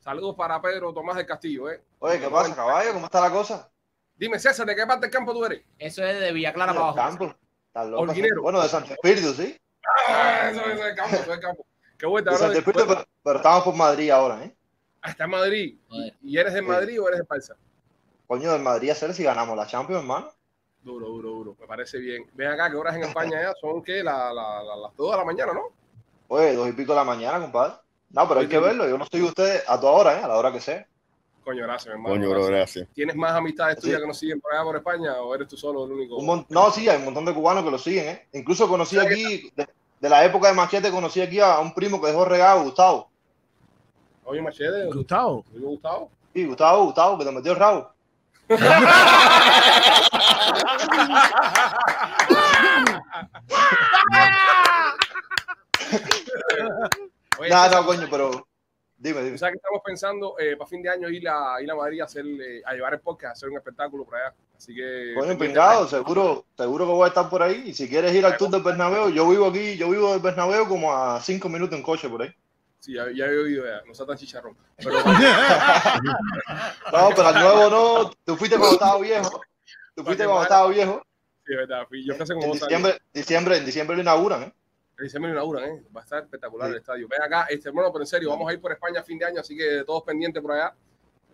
Speaker 3: Saludos para Pedro Tomás del Castillo, ¿eh?
Speaker 20: Oye, ¿qué pasa, caballo? ¿Cómo está la cosa?
Speaker 3: Dime, César, ¿de qué parte del campo tú eres?
Speaker 4: Eso es de Villa Clara para
Speaker 20: Del
Speaker 4: abajo.
Speaker 20: campo. Estás loco.
Speaker 3: Holguinero.
Speaker 20: Bueno, de Santo Espíritu, ¿sí?
Speaker 3: Ah, eso, eso es el campo, eso es el campo. Qué vuelta,
Speaker 20: De
Speaker 3: bro.
Speaker 20: Santo Espíritu, pero, pero estamos por Madrid ahora, ¿eh?
Speaker 3: Hasta en Madrid. ¿Y eres de Madrid o eres de Palsa?
Speaker 20: Coño, del Madrid hacer si ganamos la Champions, hermano.
Speaker 3: Duro, duro, duro. Me parece bien. Ven acá, ¿qué horas en España ya? Son que la, la- la- las 2 de la mañana, ¿no?
Speaker 20: Oye, dos y pico de la mañana, compadre. No, pero hay que verlo. Yo no estoy ustedes a toda hora, ¿eh? A la hora que sea.
Speaker 3: Coño, gracias, mi hermano.
Speaker 6: Coño, bro, gracias.
Speaker 3: ¿Tienes más amistades tuyas que nos siguen por allá por España o eres tú solo el único?
Speaker 20: Un mon- No, sí, hay un montón de cubanos que lo siguen, ¿eh? Incluso conocí aquí, de, de la época de Machete, conocí aquí a un primo que dejó regado, Gustavo.
Speaker 3: Oye, Machete.
Speaker 5: Gustavo.
Speaker 3: Gustavo.
Speaker 20: Sí, Gustavo, Gustavo, que te metió el rabo.
Speaker 3: Oye,
Speaker 20: no,
Speaker 3: César,
Speaker 20: no, coño, pero Dime, dime.
Speaker 3: O sea que estamos pensando eh, para fin de año ir a, ir a Madrid a, hacer, eh, a llevar el podcast, a hacer un espectáculo por allá. Así que.
Speaker 20: Coño, pingado, seguro, seguro que voy a estar por ahí. Y si quieres ir al tour del Bernabéu, yo vivo aquí, yo vivo del Bernabéu como a cinco minutos en coche por ahí.
Speaker 3: Sí, ya, ya he oído, ya. No está tan chicharrón. Pero,
Speaker 20: No, pero al nuevo no, tú fuiste cuando estaba viejo. Tú fuiste cuando estaba viejo.
Speaker 3: Sí, es verdad. fui- Yo fui hace como
Speaker 20: En
Speaker 3: dos años.
Speaker 20: diciembre, diciembre, en diciembre lo inauguran, ¿eh?
Speaker 3: En diciembre inauguran, ¿eh? Va a estar espectacular el estadio. Ven acá, este, bueno, pero en serio, vamos a ir por España a fin de año, así que todos pendientes por allá.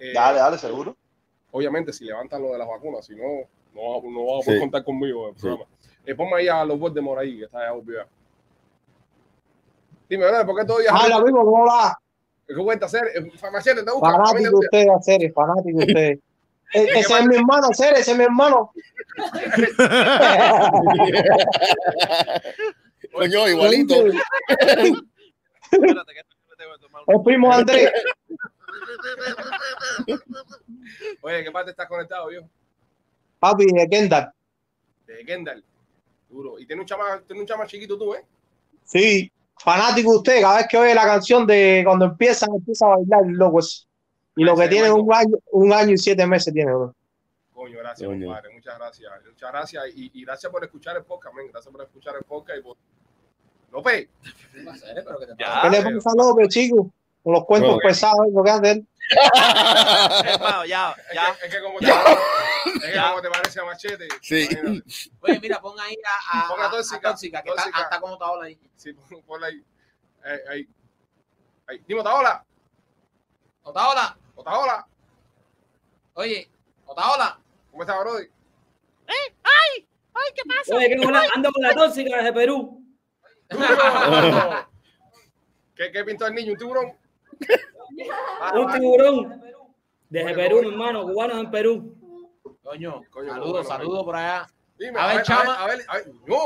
Speaker 3: Eh,
Speaker 20: Dale, dale, seguro.
Speaker 3: Obviamente, si levantan lo de las vacunas, si no, no, va- no vas a
Speaker 20: Sí.
Speaker 3: poder contar conmigo en el
Speaker 20: Sí.
Speaker 3: programa. Eh, ponme ahí a los Voldemort ahí, que está allá obvio. Dime, ¿verdad? ¿por qué todo días?
Speaker 21: Habla, amigo, ¿cómo va?
Speaker 3: ¿Qué cuenta hacer? Eh, Machete, te busca. Camina,
Speaker 21: Fanático
Speaker 3: usted.
Speaker 21: usted, Aceres, fanático usted. E-
Speaker 3: ¿Qué
Speaker 21: ese es mi hermano, Aceres, ese es mi hermano.
Speaker 10: Coño, igualito.
Speaker 21: Es primo de Andrés.
Speaker 22: ¡Eh!
Speaker 3: Oye, ¿qué parte estás conectado, viejo?
Speaker 21: Papi, de Kendall.
Speaker 3: De Kendall. Duro. Y tiene un chama, tiene un chama chiquito tú, ¿eh?
Speaker 21: Sí, fanático usted. Cada vez que oye la canción de cuando empieza, empieza a bailar, loco. es- Y lo que tiene es un año, un año y siete meses tiene, bro.
Speaker 3: Coño, gracias, compadre. Muchas gracias. Muchas gracias. Y, y gracias por escuchar el podcast, men. Gracias por escuchar el podcast y por. López.
Speaker 21: ¿Qué
Speaker 4: Ah,
Speaker 21: le pasa a López, chico? Con los cuentos
Speaker 3: Bro.
Speaker 21: pesados, lo que hace él.
Speaker 3: Hermano, ya, ya. Es que, es que como te, es que como te parece a Machete.
Speaker 10: Sí.
Speaker 4: Oye, mira, pon ahí a, a,
Speaker 3: Ponga
Speaker 4: a- a tóxica, que está-
Speaker 3: Tóxica.
Speaker 4: está como Taola ahí.
Speaker 3: Sí, pon- ponla ahí. Ahí, ahí. ahí. Dime, Otaola.
Speaker 4: Otaola.
Speaker 3: Otaola.
Speaker 4: Oye, Otaola.
Speaker 3: ¿Cómo estás, Brody?
Speaker 22: ¡Ay! ¡Ay, qué pasa!
Speaker 23: Oye, que con la- ando con la tóxica desde Perú.
Speaker 3: Duro. ¿Qué, ¿Qué pintó el niño? ¿Un tiburón? Ah,
Speaker 23: Un tiburón. Desde Perú, mi hermano, cubanos en Perú.
Speaker 4: Coño,
Speaker 23: bueno,
Speaker 4: saludos, saludos por allá.
Speaker 3: Dime,
Speaker 23: a
Speaker 4: a ver,
Speaker 23: ver,
Speaker 4: chama.
Speaker 3: A ver, a ver.
Speaker 10: Yo,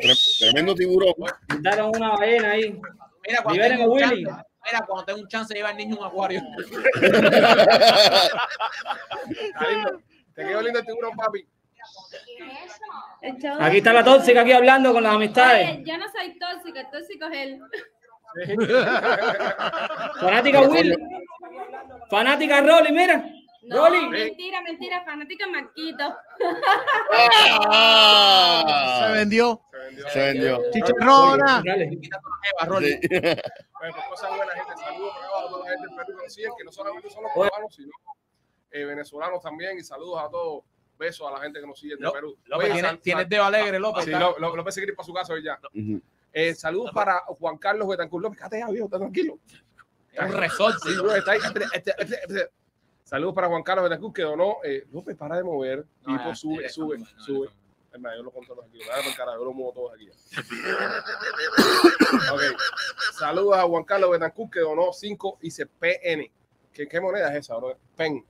Speaker 10: tre- tremendo tiburón.
Speaker 23: Pintaron una ballena ahí.
Speaker 4: Mira, cuando
Speaker 23: Liberen
Speaker 4: tenga
Speaker 23: a
Speaker 4: un
Speaker 23: Willy.
Speaker 4: chance, mira, cuando tenga un chance, lleva el niño a un acuario.
Speaker 3: Está lindo. Te quedó lindo el tiburón, papi.
Speaker 23: Entonces- Aquí está la tóxica, aquí hablando con las amistades.
Speaker 24: Oye, yo no soy tóxica, el tóxico es él.
Speaker 23: Fanática Willy. Fanática Rolly, mira.
Speaker 24: No,
Speaker 23: Rolly.
Speaker 24: mentira, mentira, fanática Marquito.
Speaker 5: Se vendió.
Speaker 10: Se vendió.
Speaker 5: Chicharrona.
Speaker 3: Rolly. Bueno, pues cosas buenas, gente. Saludos para abajo a toda la gente del Perú que nos siguen, que no solamente son los peruanos, sino eh, venezolanos también. Y saludos a todos. Besos a la gente que nos sigue de Perú.
Speaker 4: López, tiene-
Speaker 3: sal-
Speaker 4: tiene
Speaker 3: sal-
Speaker 4: el dedo alegre, López,
Speaker 3: Sí,
Speaker 4: está.
Speaker 3: Ló- Ló- López se quiere ir para su casa hoy ya. Eh, saludos para Juan Carlos Betancourt. López, cállate ya, viejo, está tranquilo.
Speaker 4: Es un resorte.
Speaker 3: Sí, bro, está ahí. Este, este, este, este. Saludos para Juan Carlos Betancourt que donó. Eh, López, para de mover.
Speaker 4: No,
Speaker 3: tipo,
Speaker 4: ya,
Speaker 3: sube,
Speaker 4: ya,
Speaker 3: sube,
Speaker 4: no, no,
Speaker 3: sube. Es más, yo lo controlo aquí. Dale por el carajo, yo lo muevo todos aquí. Ok. Saludos a Juan Carlos Betancourt que donó 5 y se PN. ¿Qué, ¿Qué moneda es esa, bro? PEN.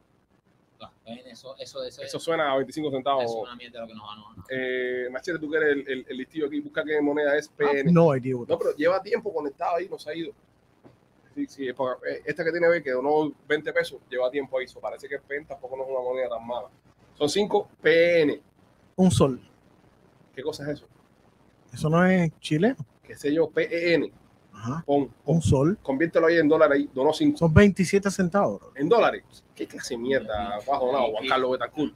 Speaker 4: Ven, Eso, eso, eso,
Speaker 3: Eso suena a 25 centavos.
Speaker 4: Es una mierda lo que nos ganó.
Speaker 3: Eh, Machete, tú que eres el, el, el listillo aquí, busca qué moneda es PN.
Speaker 5: No, hay tiburón.
Speaker 3: No, pero lleva tiempo conectado ahí, no se ha ido. Sí, sí, es para- eh, esta que tiene B que donó 20 pesos, lleva tiempo ahí. so, parece que PEN tampoco no es una moneda tan mala. Son 5 PN.
Speaker 5: Un sol.
Speaker 3: ¿Qué cosa es eso?
Speaker 5: Eso no es chileno.
Speaker 3: ¿Qué sé yo? PEN.
Speaker 5: Ajá.
Speaker 3: Pon,
Speaker 5: Un sol.
Speaker 3: Conviértelo ahí en dólares ahí. Donó 5.
Speaker 5: Son 27 centavos. bro.
Speaker 3: ¿En dólares? ¿Qué clase de mierda? Bajo nada, Juan Carlos Betancourt.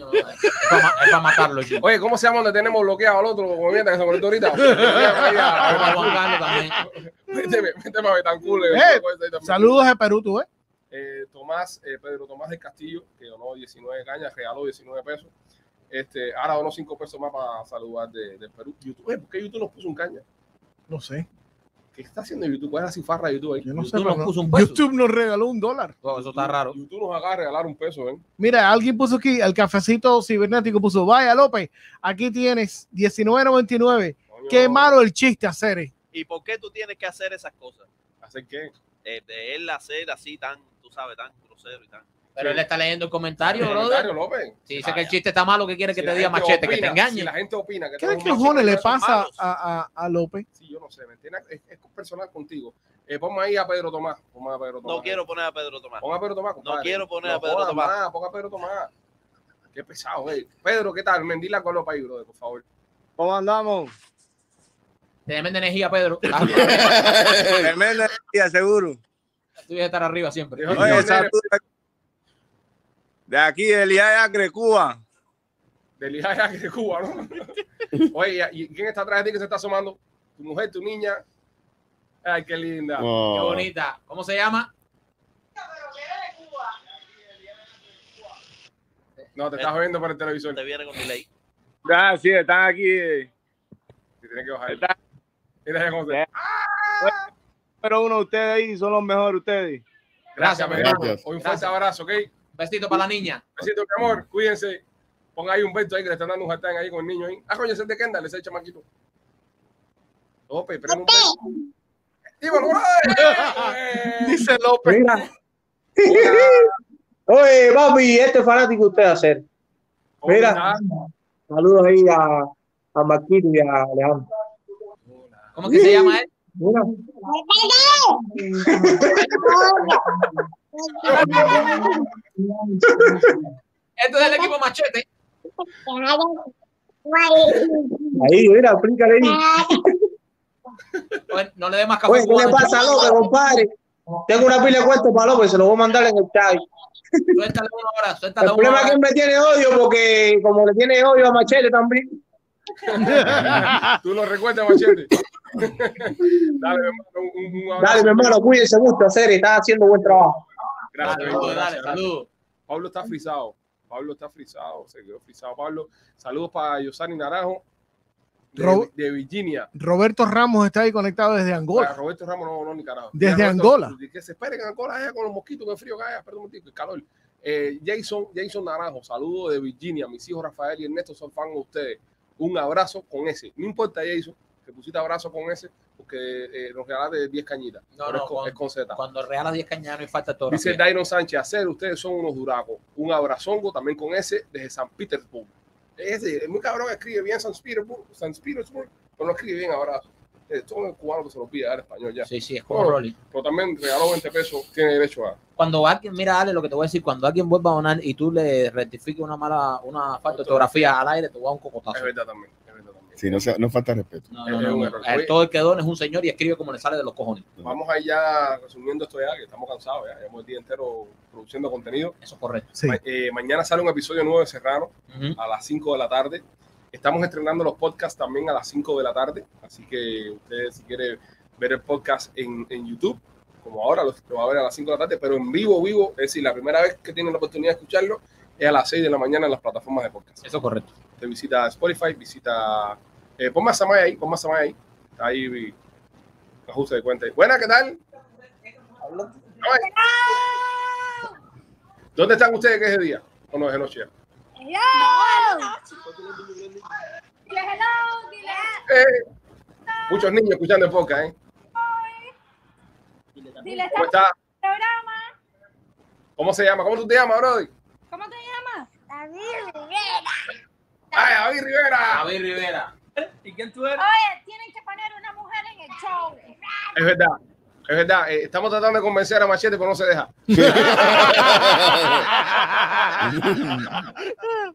Speaker 4: Es para matarlo. chico.
Speaker 3: Oye, ¿cómo se llama donde tenemos bloqueado al otro? Como mierda que se conectó ahorita. Bloquea
Speaker 4: Juan Carlos
Speaker 3: ahí a- Méteme, méteme a Betancourt.
Speaker 5: Eh, Saludos de Perú, tú, ¿eh?
Speaker 3: eh, Tomás, eh, Pedro Tomás del Castillo, que donó 19 cañas, regaló 19 pesos. Este, ahora donó 5 pesos más para saludar de, de Perú. YouTube, eh, ¿por qué YouTube nos puso un caña?
Speaker 5: No sé.
Speaker 3: ¿Qué está haciendo YouTube? ¿Cuál es la cifarra de YouTube ahí? Yo
Speaker 5: No sé,
Speaker 3: YouTube
Speaker 5: pero no. YouTube nos regaló un dólar.
Speaker 4: eso está raro.
Speaker 3: YouTube nos acaba de regalar un peso, ¿eh?
Speaker 5: Mira, alguien puso aquí, el cafecito cibernético puso, vaya López, aquí tienes 19.99. Qué malo el chiste, hacer. ¿eh?
Speaker 7: ¿Y por qué tú tienes que hacer esas cosas?
Speaker 3: ¿Hacer qué?
Speaker 7: De, de él hacer así tan, tú sabes, tan grosero y tan.
Speaker 4: Pero él está leyendo el comentario,
Speaker 7: El
Speaker 4: brother.
Speaker 7: comentario,
Speaker 3: López.
Speaker 4: Si dice que el chiste está malo, ¿qué quiere que te diga machete? Que te engañe.
Speaker 3: la gente opina que
Speaker 5: ¿Qué
Speaker 3: estamos mal,
Speaker 5: cojones le
Speaker 3: son
Speaker 5: pasa
Speaker 3: malos.
Speaker 5: a, a, a López?
Speaker 3: Sí, yo no sé, ¿me entiendes? Es, es personal contigo. Eh, ponme ahí a Pedro Tomás. Ponme a Pedro Tomás.
Speaker 7: No quiero poner a Pedro Tomás.
Speaker 3: Ponga a Pedro Tomás, compadre.
Speaker 7: No quiero poner
Speaker 3: No
Speaker 7: a Pedro
Speaker 3: jodas
Speaker 7: Tomás.
Speaker 3: más, ponga a Pedro Tomás. Qué pesado, eh. Pedro, ¿qué tal? Mendila con los país, brother, por favor.
Speaker 25: ¿Cómo andamos?
Speaker 4: Tremenda energía, Pedro.
Speaker 1: Tremenda energía, seguro.
Speaker 4: Tú ibas a estar arriba siempre.
Speaker 1: Oye, saludos de aquí, de Liá Acre, Cuba.
Speaker 3: De Lija de Cuba, ¿no? Oye, ¿y quién está atrás de ti que se está asomando? Tu mujer, tu niña. Ay, qué linda.
Speaker 1: Oh.
Speaker 4: Qué bonita. ¿Cómo se llama?
Speaker 3: No, te estás viendo por el televisor.
Speaker 7: Eh, Te viene con delay.
Speaker 1: Ah, sí, están aquí. eh.
Speaker 3: Te tienes que bajar. Mira cómo se-
Speaker 1: Pero uno de ustedes ahí son los mejores ustedes.
Speaker 3: Gracias, mi hermano. Hoy un fuerte abrazo, ¿ok?
Speaker 4: Besito para la niña.
Speaker 3: Besito, mi amor. Cuídense. Ponga ahí un beso ahí que le están dando un jatán ahí con el niño ahí. Ah, coño, ese es de Kendall, ese es el chamaquito. López, prende un beso. Dímelo, ¡ay!
Speaker 5: Dice López.
Speaker 21: Mira. Oye, papi, este fanático usted va a ser. Mira. Saludos ahí a, a Marquito y a Alejandro.
Speaker 4: ¿Cómo que se llama él?
Speaker 21: Mira.
Speaker 4: Esto es del equipo Machete.
Speaker 21: Ahí, mira, explícale ahí.
Speaker 4: Oye, no le dé más café.
Speaker 21: Oye, ¿qué le
Speaker 4: cubano,
Speaker 21: pasa a
Speaker 4: chaval.
Speaker 21: López, compadre? Tengo una pila de cuentos para López, se lo voy a mandar en el chat.
Speaker 4: Suéltale uno ahora, suéltale
Speaker 21: El
Speaker 4: uno
Speaker 21: problema es que
Speaker 4: ahora.
Speaker 21: él me tiene odio porque como le tiene odio a Machete también.
Speaker 3: Tú lo recuerdas, machete. Dale, mi hermano, un, un- un abrazo.
Speaker 21: Dale, mi hermano, cuídense mucho, hacer, está haciendo buen trabajo.
Speaker 3: Gracias,
Speaker 21: Dale,
Speaker 3: Benito,
Speaker 21: dale,
Speaker 3: gracias, gracias.
Speaker 21: saludos.
Speaker 3: Pablo está frisado. Pablo está frisado. Se quedó frisado, Pablo. Saludos para Yosani Naranjo de,
Speaker 5: Ro-
Speaker 3: de Virginia.
Speaker 5: Roberto Ramos está ahí conectado desde
Speaker 3: Para
Speaker 5: Angola.
Speaker 3: Roberto Ramos, no, no, ni carajo.
Speaker 5: Desde
Speaker 3: Mira,
Speaker 5: Angola.
Speaker 3: Que se esperen en Angola allá con los mosquitos, que frío que haya, perdón un momentito, el calor. Eh, Jason, Jason Naranjo, saludos de Virginia. Mis hijos Rafael y Ernesto son fan de ustedes. Un abrazo con ese. No importa, Jason, que pusiste abrazo con ese, porque eh, nos regalaste 10 cañitas.
Speaker 4: No, no,
Speaker 3: Pero es con,
Speaker 4: con-
Speaker 3: es con Z.
Speaker 4: Cuando regalas 10 cañas no hay falta todo.
Speaker 3: Dice Dairon Sánchez, hacer, ustedes son unos duracos. Un abrazongo también con ese desde San Petersburg. Ese, es muy cabrón, escribe bien San Petersburg, San Petersburg pero no escribe bien abrazo. Eh, Todo el cubano que se lo olvida dar español ya.
Speaker 4: Sí, sí, es como
Speaker 3: Pero,
Speaker 4: Rolly.
Speaker 3: pero también regaló 20 pesos, tiene derecho a.
Speaker 4: Cuando alguien, mira, Ale, lo que te voy a decir, cuando alguien vuelva a donar y tú le rectifiques una mala, una falta de ortografía al aire, te voy a dar un cocotazo.
Speaker 3: Es verdad también.
Speaker 10: Sí, no, sea- no falta respeto.
Speaker 4: No, no, no, no. Eh, Todo el que dona es un señor y escribe como le sale de los cojones.
Speaker 3: Vamos ahí ya resumiendo esto ya, que estamos cansados ya. Llevamos el día entero produciendo contenido.
Speaker 4: Eso es correcto.
Speaker 3: Ma- eh, mañana sale un episodio nuevo de Serrano
Speaker 4: Ujú.
Speaker 3: a las 5 de la tarde. Estamos estrenando los podcasts también a las 5 de la tarde. Así que ustedes, si quieren ver el podcast en, en YouTube, como ahora lo, lo va a ver a las 5 de la tarde, pero en vivo, vivo, es decir, la primera vez que tienen la oportunidad de escucharlo es a las 6 de la mañana en las plataformas de podcast.
Speaker 4: Eso es correcto.
Speaker 3: Te visita Spotify, visita. Eh, ponme a Samaya ahí, ponme a Samaya ahí. Está Ahí, ajuste de cuenta. Buena, ¿qué tal? Samaya. ¿Dónde están ustedes que es de día? ¿O no es de noche ya?
Speaker 12: Hello. Dile hello, dile.
Speaker 3: Eh, muchos niños escuchando el podcast, ¿eh?
Speaker 12: Dile estamos en
Speaker 3: ¿Cómo está?
Speaker 12: el programa.
Speaker 3: ¿Cómo se llama? ¿Cómo tú te llamas, Brody?
Speaker 12: ¿Cómo te llamas? David Rivera.
Speaker 3: ¡Ay, David Rivera!
Speaker 4: David Rivera.
Speaker 9: ¿Y quién tú eres?
Speaker 12: Oye, tienen que poner una mujer en el show.
Speaker 3: Es verdad, es verdad. eh, estamos tratando de convencer a Machete, pero no se deja.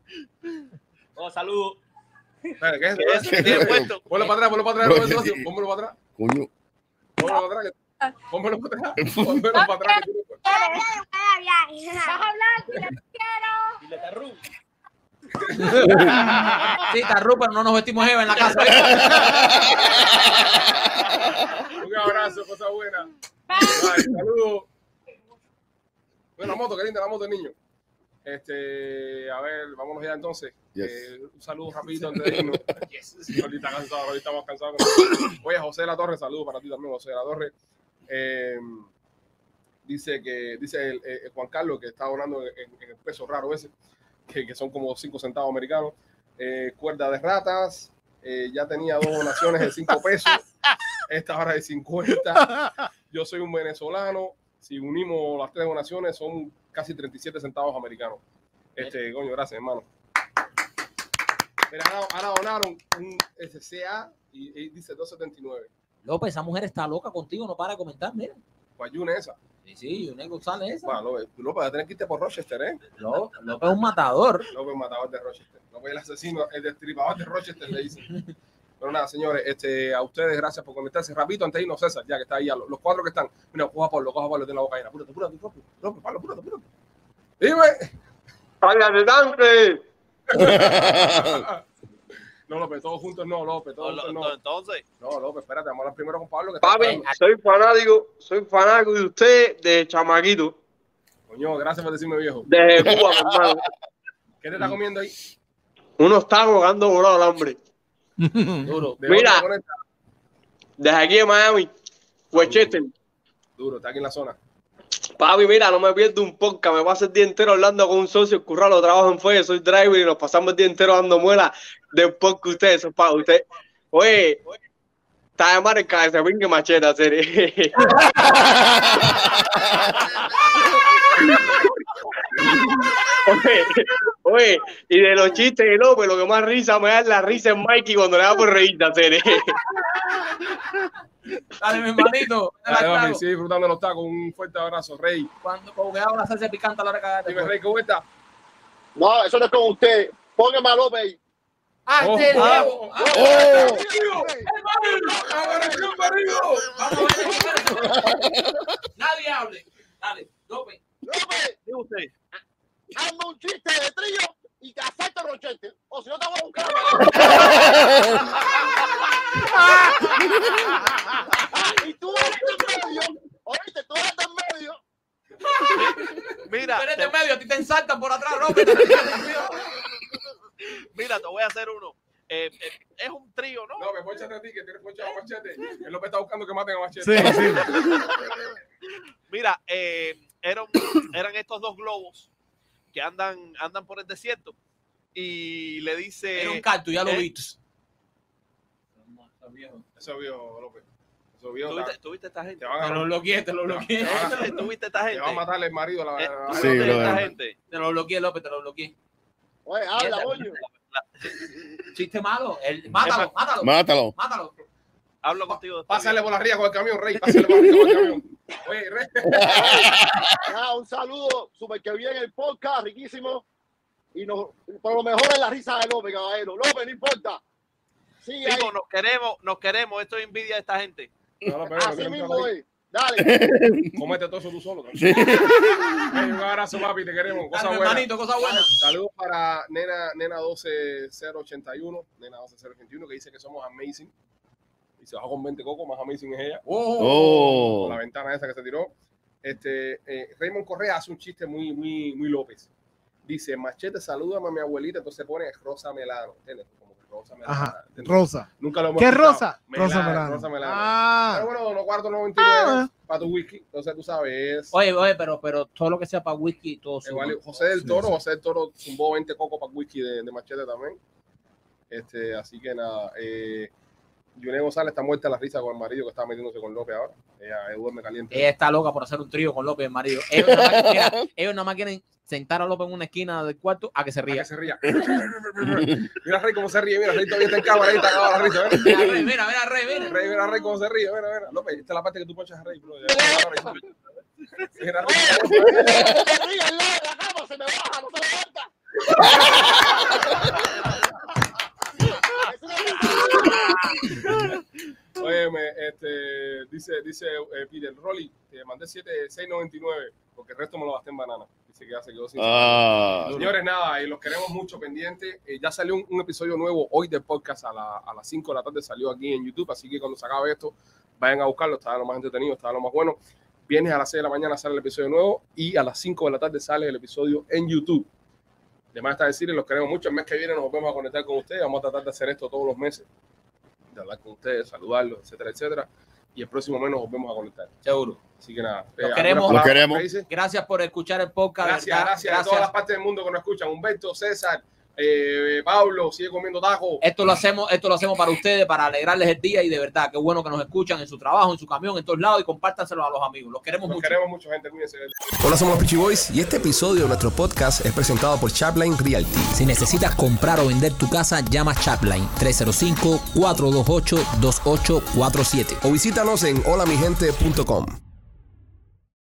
Speaker 7: Oh, saludos.
Speaker 3: Espera, ¿Qué es
Speaker 7: ¿Qué es? ¿Qué he puesto?
Speaker 3: Ponlo para atrás, ponlo para atrás, ponlo para atrás, pónmelo para atrás,
Speaker 10: Coño.
Speaker 3: pónmelo para atrás,
Speaker 12: Ah.
Speaker 3: que- pónmelo para atrás, pónmelo para atrás. que tiene-
Speaker 12: Vas a hablar, vas a hablar, dile quiero.
Speaker 7: Dile Tarru.
Speaker 4: Sí, Tarru, pero no nos vestimos Eva en la casa. ¿viste?
Speaker 3: Un abrazo, cosa buena. Bye, saludos. Bueno, la moto, qué linda la moto, niño. Este, a ver, vámonos ya entonces.
Speaker 10: Yes.
Speaker 3: Eh, un saludo rapidito antes de irnos. yes. Ahorita cansado, ahorita estamos cansados. Oye, José de la Torre, saludos para ti también, José de la Torre. Eh, dice que, dice el, eh, Juan Carlos que está donando en, en el peso raro ese, que, que son como 5 centavos americanos. Eh, cuerda de ratas, eh, ya tenía dos donaciones de 5 pesos. Esta hora de 50. Yo soy un venezolano. Si unimos las tres donaciones, son casi 37 centavos americanos. Este, coño, gracias, hermano. Mira, ahora, ahora donaron un SCA y, y dice 279.
Speaker 4: López, esa mujer está loca contigo, no para de comentar, mira.
Speaker 3: Guayuna Pues, esa.
Speaker 4: Sí, sí, Yunet González esa.
Speaker 3: Bueno, López, tú, López, vas a tener que irte por Rochester, ¿eh?
Speaker 4: Ló- López es un matador.
Speaker 3: López, matador de Rochester. López, el asesino, el destripador de Rochester, le dicen. Pero nada, señores, este, a ustedes gracias por conectarse. Rapito, antes de irnos, César, ya que está ahí, a los, los cuatro que están. Mira, coja a Pablo, coja a Pablo, tiene la boca llena. Apúrate, apúrate, apúrate, apúrate, Pablo, apúrate, apúrate. Dime.
Speaker 14: ¡Para adelante!
Speaker 3: No, López, todos juntos no, López, todos juntos no.
Speaker 7: Entonces.
Speaker 3: No, López, espérate, vamos a hablar primero con Pablo. Que está
Speaker 14: Papi,
Speaker 3: hablando.
Speaker 14: soy fanático, soy fanático de usted de chamaquito.
Speaker 3: Coño, gracias por decirme viejo.
Speaker 14: Desde Cuba, mi hermano.
Speaker 3: ¿Qué te está comiendo ahí?
Speaker 14: Unos tacos que han doblado al hambre.
Speaker 3: Duro. ¿De
Speaker 14: Mira.
Speaker 3: dónde conecta?
Speaker 14: Desde aquí de Miami, Westchester.
Speaker 3: Duro, está aquí en la zona.
Speaker 14: Papi, mira, no me pierdo un podcast. Me paso el día entero hablando con un socio, el curralo, trabajo en Fue, soy driver y nos pasamos el día entero dando muela del podcast que ustedes. Eso es para usted. Oye, está de marca ese pinche machete, en serio. Oye, oye, y de los chistes de López, lo que más risa me da es la risa en Mikey cuando le da por reírte, en serio.
Speaker 4: Dale, mi hermanito. dale
Speaker 3: Dale,
Speaker 4: al
Speaker 3: papi,
Speaker 4: clavo.
Speaker 3: sigue disfrutando los tacos. Un fuerte abrazo, Rey.
Speaker 4: Cuando cogeaba la salsa picante a la hora este de cagar.
Speaker 3: Dime, Rey, ¿cómo está?
Speaker 6: No, eso no es con usted. Póngame a López ahí.
Speaker 4: ¡Ah,
Speaker 6: Oh.
Speaker 4: este nuevo!
Speaker 6: Ah. Oh.
Speaker 4: Nadie hable. Dale, López.
Speaker 6: López,
Speaker 7: ¿Qué usted?
Speaker 6: hazme un chiste de trío y que acepte Rochete. O si no te voy a buscar. y tú eres del medio. Oíste, tú eres del medio.
Speaker 7: Mira,
Speaker 4: Tú eres
Speaker 7: te-
Speaker 4: de medio, a ti te ensaltan por atrás, López.
Speaker 7: Mira, te voy a hacer uno. Eh, eh, es un trío, ¿no?
Speaker 3: López, ponchate a ti, que tienes ponchado a Machete. El López está buscando que maten a Machete.
Speaker 6: Sí, sí.
Speaker 7: Mira, eh, eran, eran estos dos globos que andan, andan por el desierto y le dice.
Speaker 4: Era un cactus, ya lo
Speaker 7: ¿Eh?
Speaker 4: viste.
Speaker 3: Eso vio, López. Eso vio.
Speaker 7: ¿Tuviste,
Speaker 3: la-
Speaker 7: tuviste esta gente?
Speaker 3: Te van a-
Speaker 4: Te lo bloqueé, te lo bloqueé.
Speaker 7: ¿Tuviste esta gente?
Speaker 3: Te va a matar el marido, la verdad.
Speaker 7: ¿Tú
Speaker 3: Sí,
Speaker 7: no te-
Speaker 3: brother.
Speaker 7: esta gente?
Speaker 4: Te lo bloqueé, López, te lo bloqueé.
Speaker 6: Oye,
Speaker 4: habla,
Speaker 6: coño.
Speaker 4: Chiste malo. El, mátalo, mátalo.
Speaker 26: Mátalo.
Speaker 4: Mátalo.
Speaker 7: Hablo contigo después.
Speaker 3: Pásale por la ría con el camión, Rey. Pásale por la ría con el camión. Oye, Rey.
Speaker 6: Nada, un saludo, super que bien el podcast, riquísimo. Y nos, por lo mejor es la risa de López, caballero. López, no importa. Sigue ahí.
Speaker 7: Primo, pues, nos queremos, nos queremos. Esto es envidia de esta gente.
Speaker 3: No, López, no
Speaker 6: Así
Speaker 3: queremos
Speaker 6: mismo
Speaker 3: hablar.
Speaker 6: es. Dale.
Speaker 3: Comete todo eso tú solo. ¿no?
Speaker 6: Sí.
Speaker 3: Ey, un abrazo, papi, te queremos. Cosa
Speaker 4: Dale,
Speaker 3: buena.
Speaker 4: hermanito, cosa buena.
Speaker 3: Saludos para nena, nena 12081, nena 12081, que dice que somos amazing. Y se bajó con 20 cocos, más amazing es ella.
Speaker 26: Oh.
Speaker 3: Con La ventana esa que se tiró. Este, eh, Raymond Correa hace un chiste muy, muy, muy López. Dice, machete, salúdame a mi abuelita. Entonces pone Rosa Melano. ¿entiendes? Como que Rosa Melano.
Speaker 5: Ajá,
Speaker 3: ¿entiendes?
Speaker 5: Rosa.
Speaker 3: Nunca lo hemos
Speaker 5: ¿Qué
Speaker 3: escuchado.
Speaker 5: Rosa?
Speaker 3: Melano,
Speaker 5: Rosa Melano.
Speaker 3: Rosa Melano.
Speaker 5: Ah.
Speaker 3: Pero bueno, unos cuartos 99 para tu whisky. Entonces tú sabes.
Speaker 4: Oye, oye, pero, pero todo lo que sea para whisky, todo
Speaker 3: Eh,
Speaker 4: suma.
Speaker 3: vale, José del
Speaker 4: Sí,
Speaker 3: Toro,
Speaker 4: sí.
Speaker 3: José del Toro zumbó 20 cocos para whisky de, de machete también. Este, así que nada, eh, Yune González está muerta a la risa con el marido que está metiéndose con López ahora. Ella eh, duerme caliente.
Speaker 4: Ella está loca por hacer un trío con López, el marido. Ellos nada, más, mira, ellos nada más quieren sentar a López en una esquina del cuarto a que se ría.
Speaker 3: se ría. Mira Rey cómo se ríe, mira Rey todavía está en cámara, ahí está acabada la risa. Mira Rey,
Speaker 4: mira, mira Rey, mira.
Speaker 3: Rey, mira Rey cómo se ríe, mira, mira. López, esta es la parte que tú ponchas a Rey, bro. Ya, Mira Rey.
Speaker 6: Se ríe al lado de la cama, se me baja, no se levanta.
Speaker 3: Óyeme, este, dice, dice eh, Peter Rolly, te mandé 7, 6.99, porque el resto me lo gasté en banana. Dice que ya se quedó sin.
Speaker 26: Ah.
Speaker 3: Señores, nada, y los queremos mucho pendientes. Eh, ya salió un, un episodio nuevo hoy del podcast a, la- a las 5 de la tarde, salió aquí en YouTube, así que cuando se acabe esto, vayan a buscarlo, está lo más entretenido, está lo más bueno. Vienes a las 6 de la mañana sale el episodio nuevo y a las 5 de la tarde sale el episodio en YouTube. De más está decirles, los queremos mucho. El mes que viene nos vamos a conectar con ustedes. Vamos a tratar de hacer esto todos los meses. De hablar con ustedes, saludarlos, etcétera, etcétera. Y el próximo mes nos volvemos a conectar.
Speaker 4: Seguro.
Speaker 3: Así que nada.
Speaker 4: Los
Speaker 3: eh,
Speaker 4: queremos.
Speaker 3: ¿alguna palabra que dice?
Speaker 4: Gracias por escuchar el podcast. de
Speaker 3: Gracias,
Speaker 4: verdad.
Speaker 3: gracias a todas las partes del mundo que nos escuchan. Humberto, César, eh, Pablo, sigue comiendo tajo.
Speaker 4: Esto lo hacemos, esto lo hacemos para ustedes, para alegrarles el día y de verdad, qué bueno que nos escuchan en su trabajo, en su camión, en todos lados y compártanselo a los amigos. Los queremos
Speaker 3: Los
Speaker 4: mucho.
Speaker 3: queremos mucho, gente. Cuídense.
Speaker 27: Hola, somos los Peachy Boys y este episodio de nuestro podcast es presentado por Chapline Realty.
Speaker 28: Si necesitas comprar o vender tu casa, llama Chapline 305-428-2847.
Speaker 27: O visítanos en holamigente.com.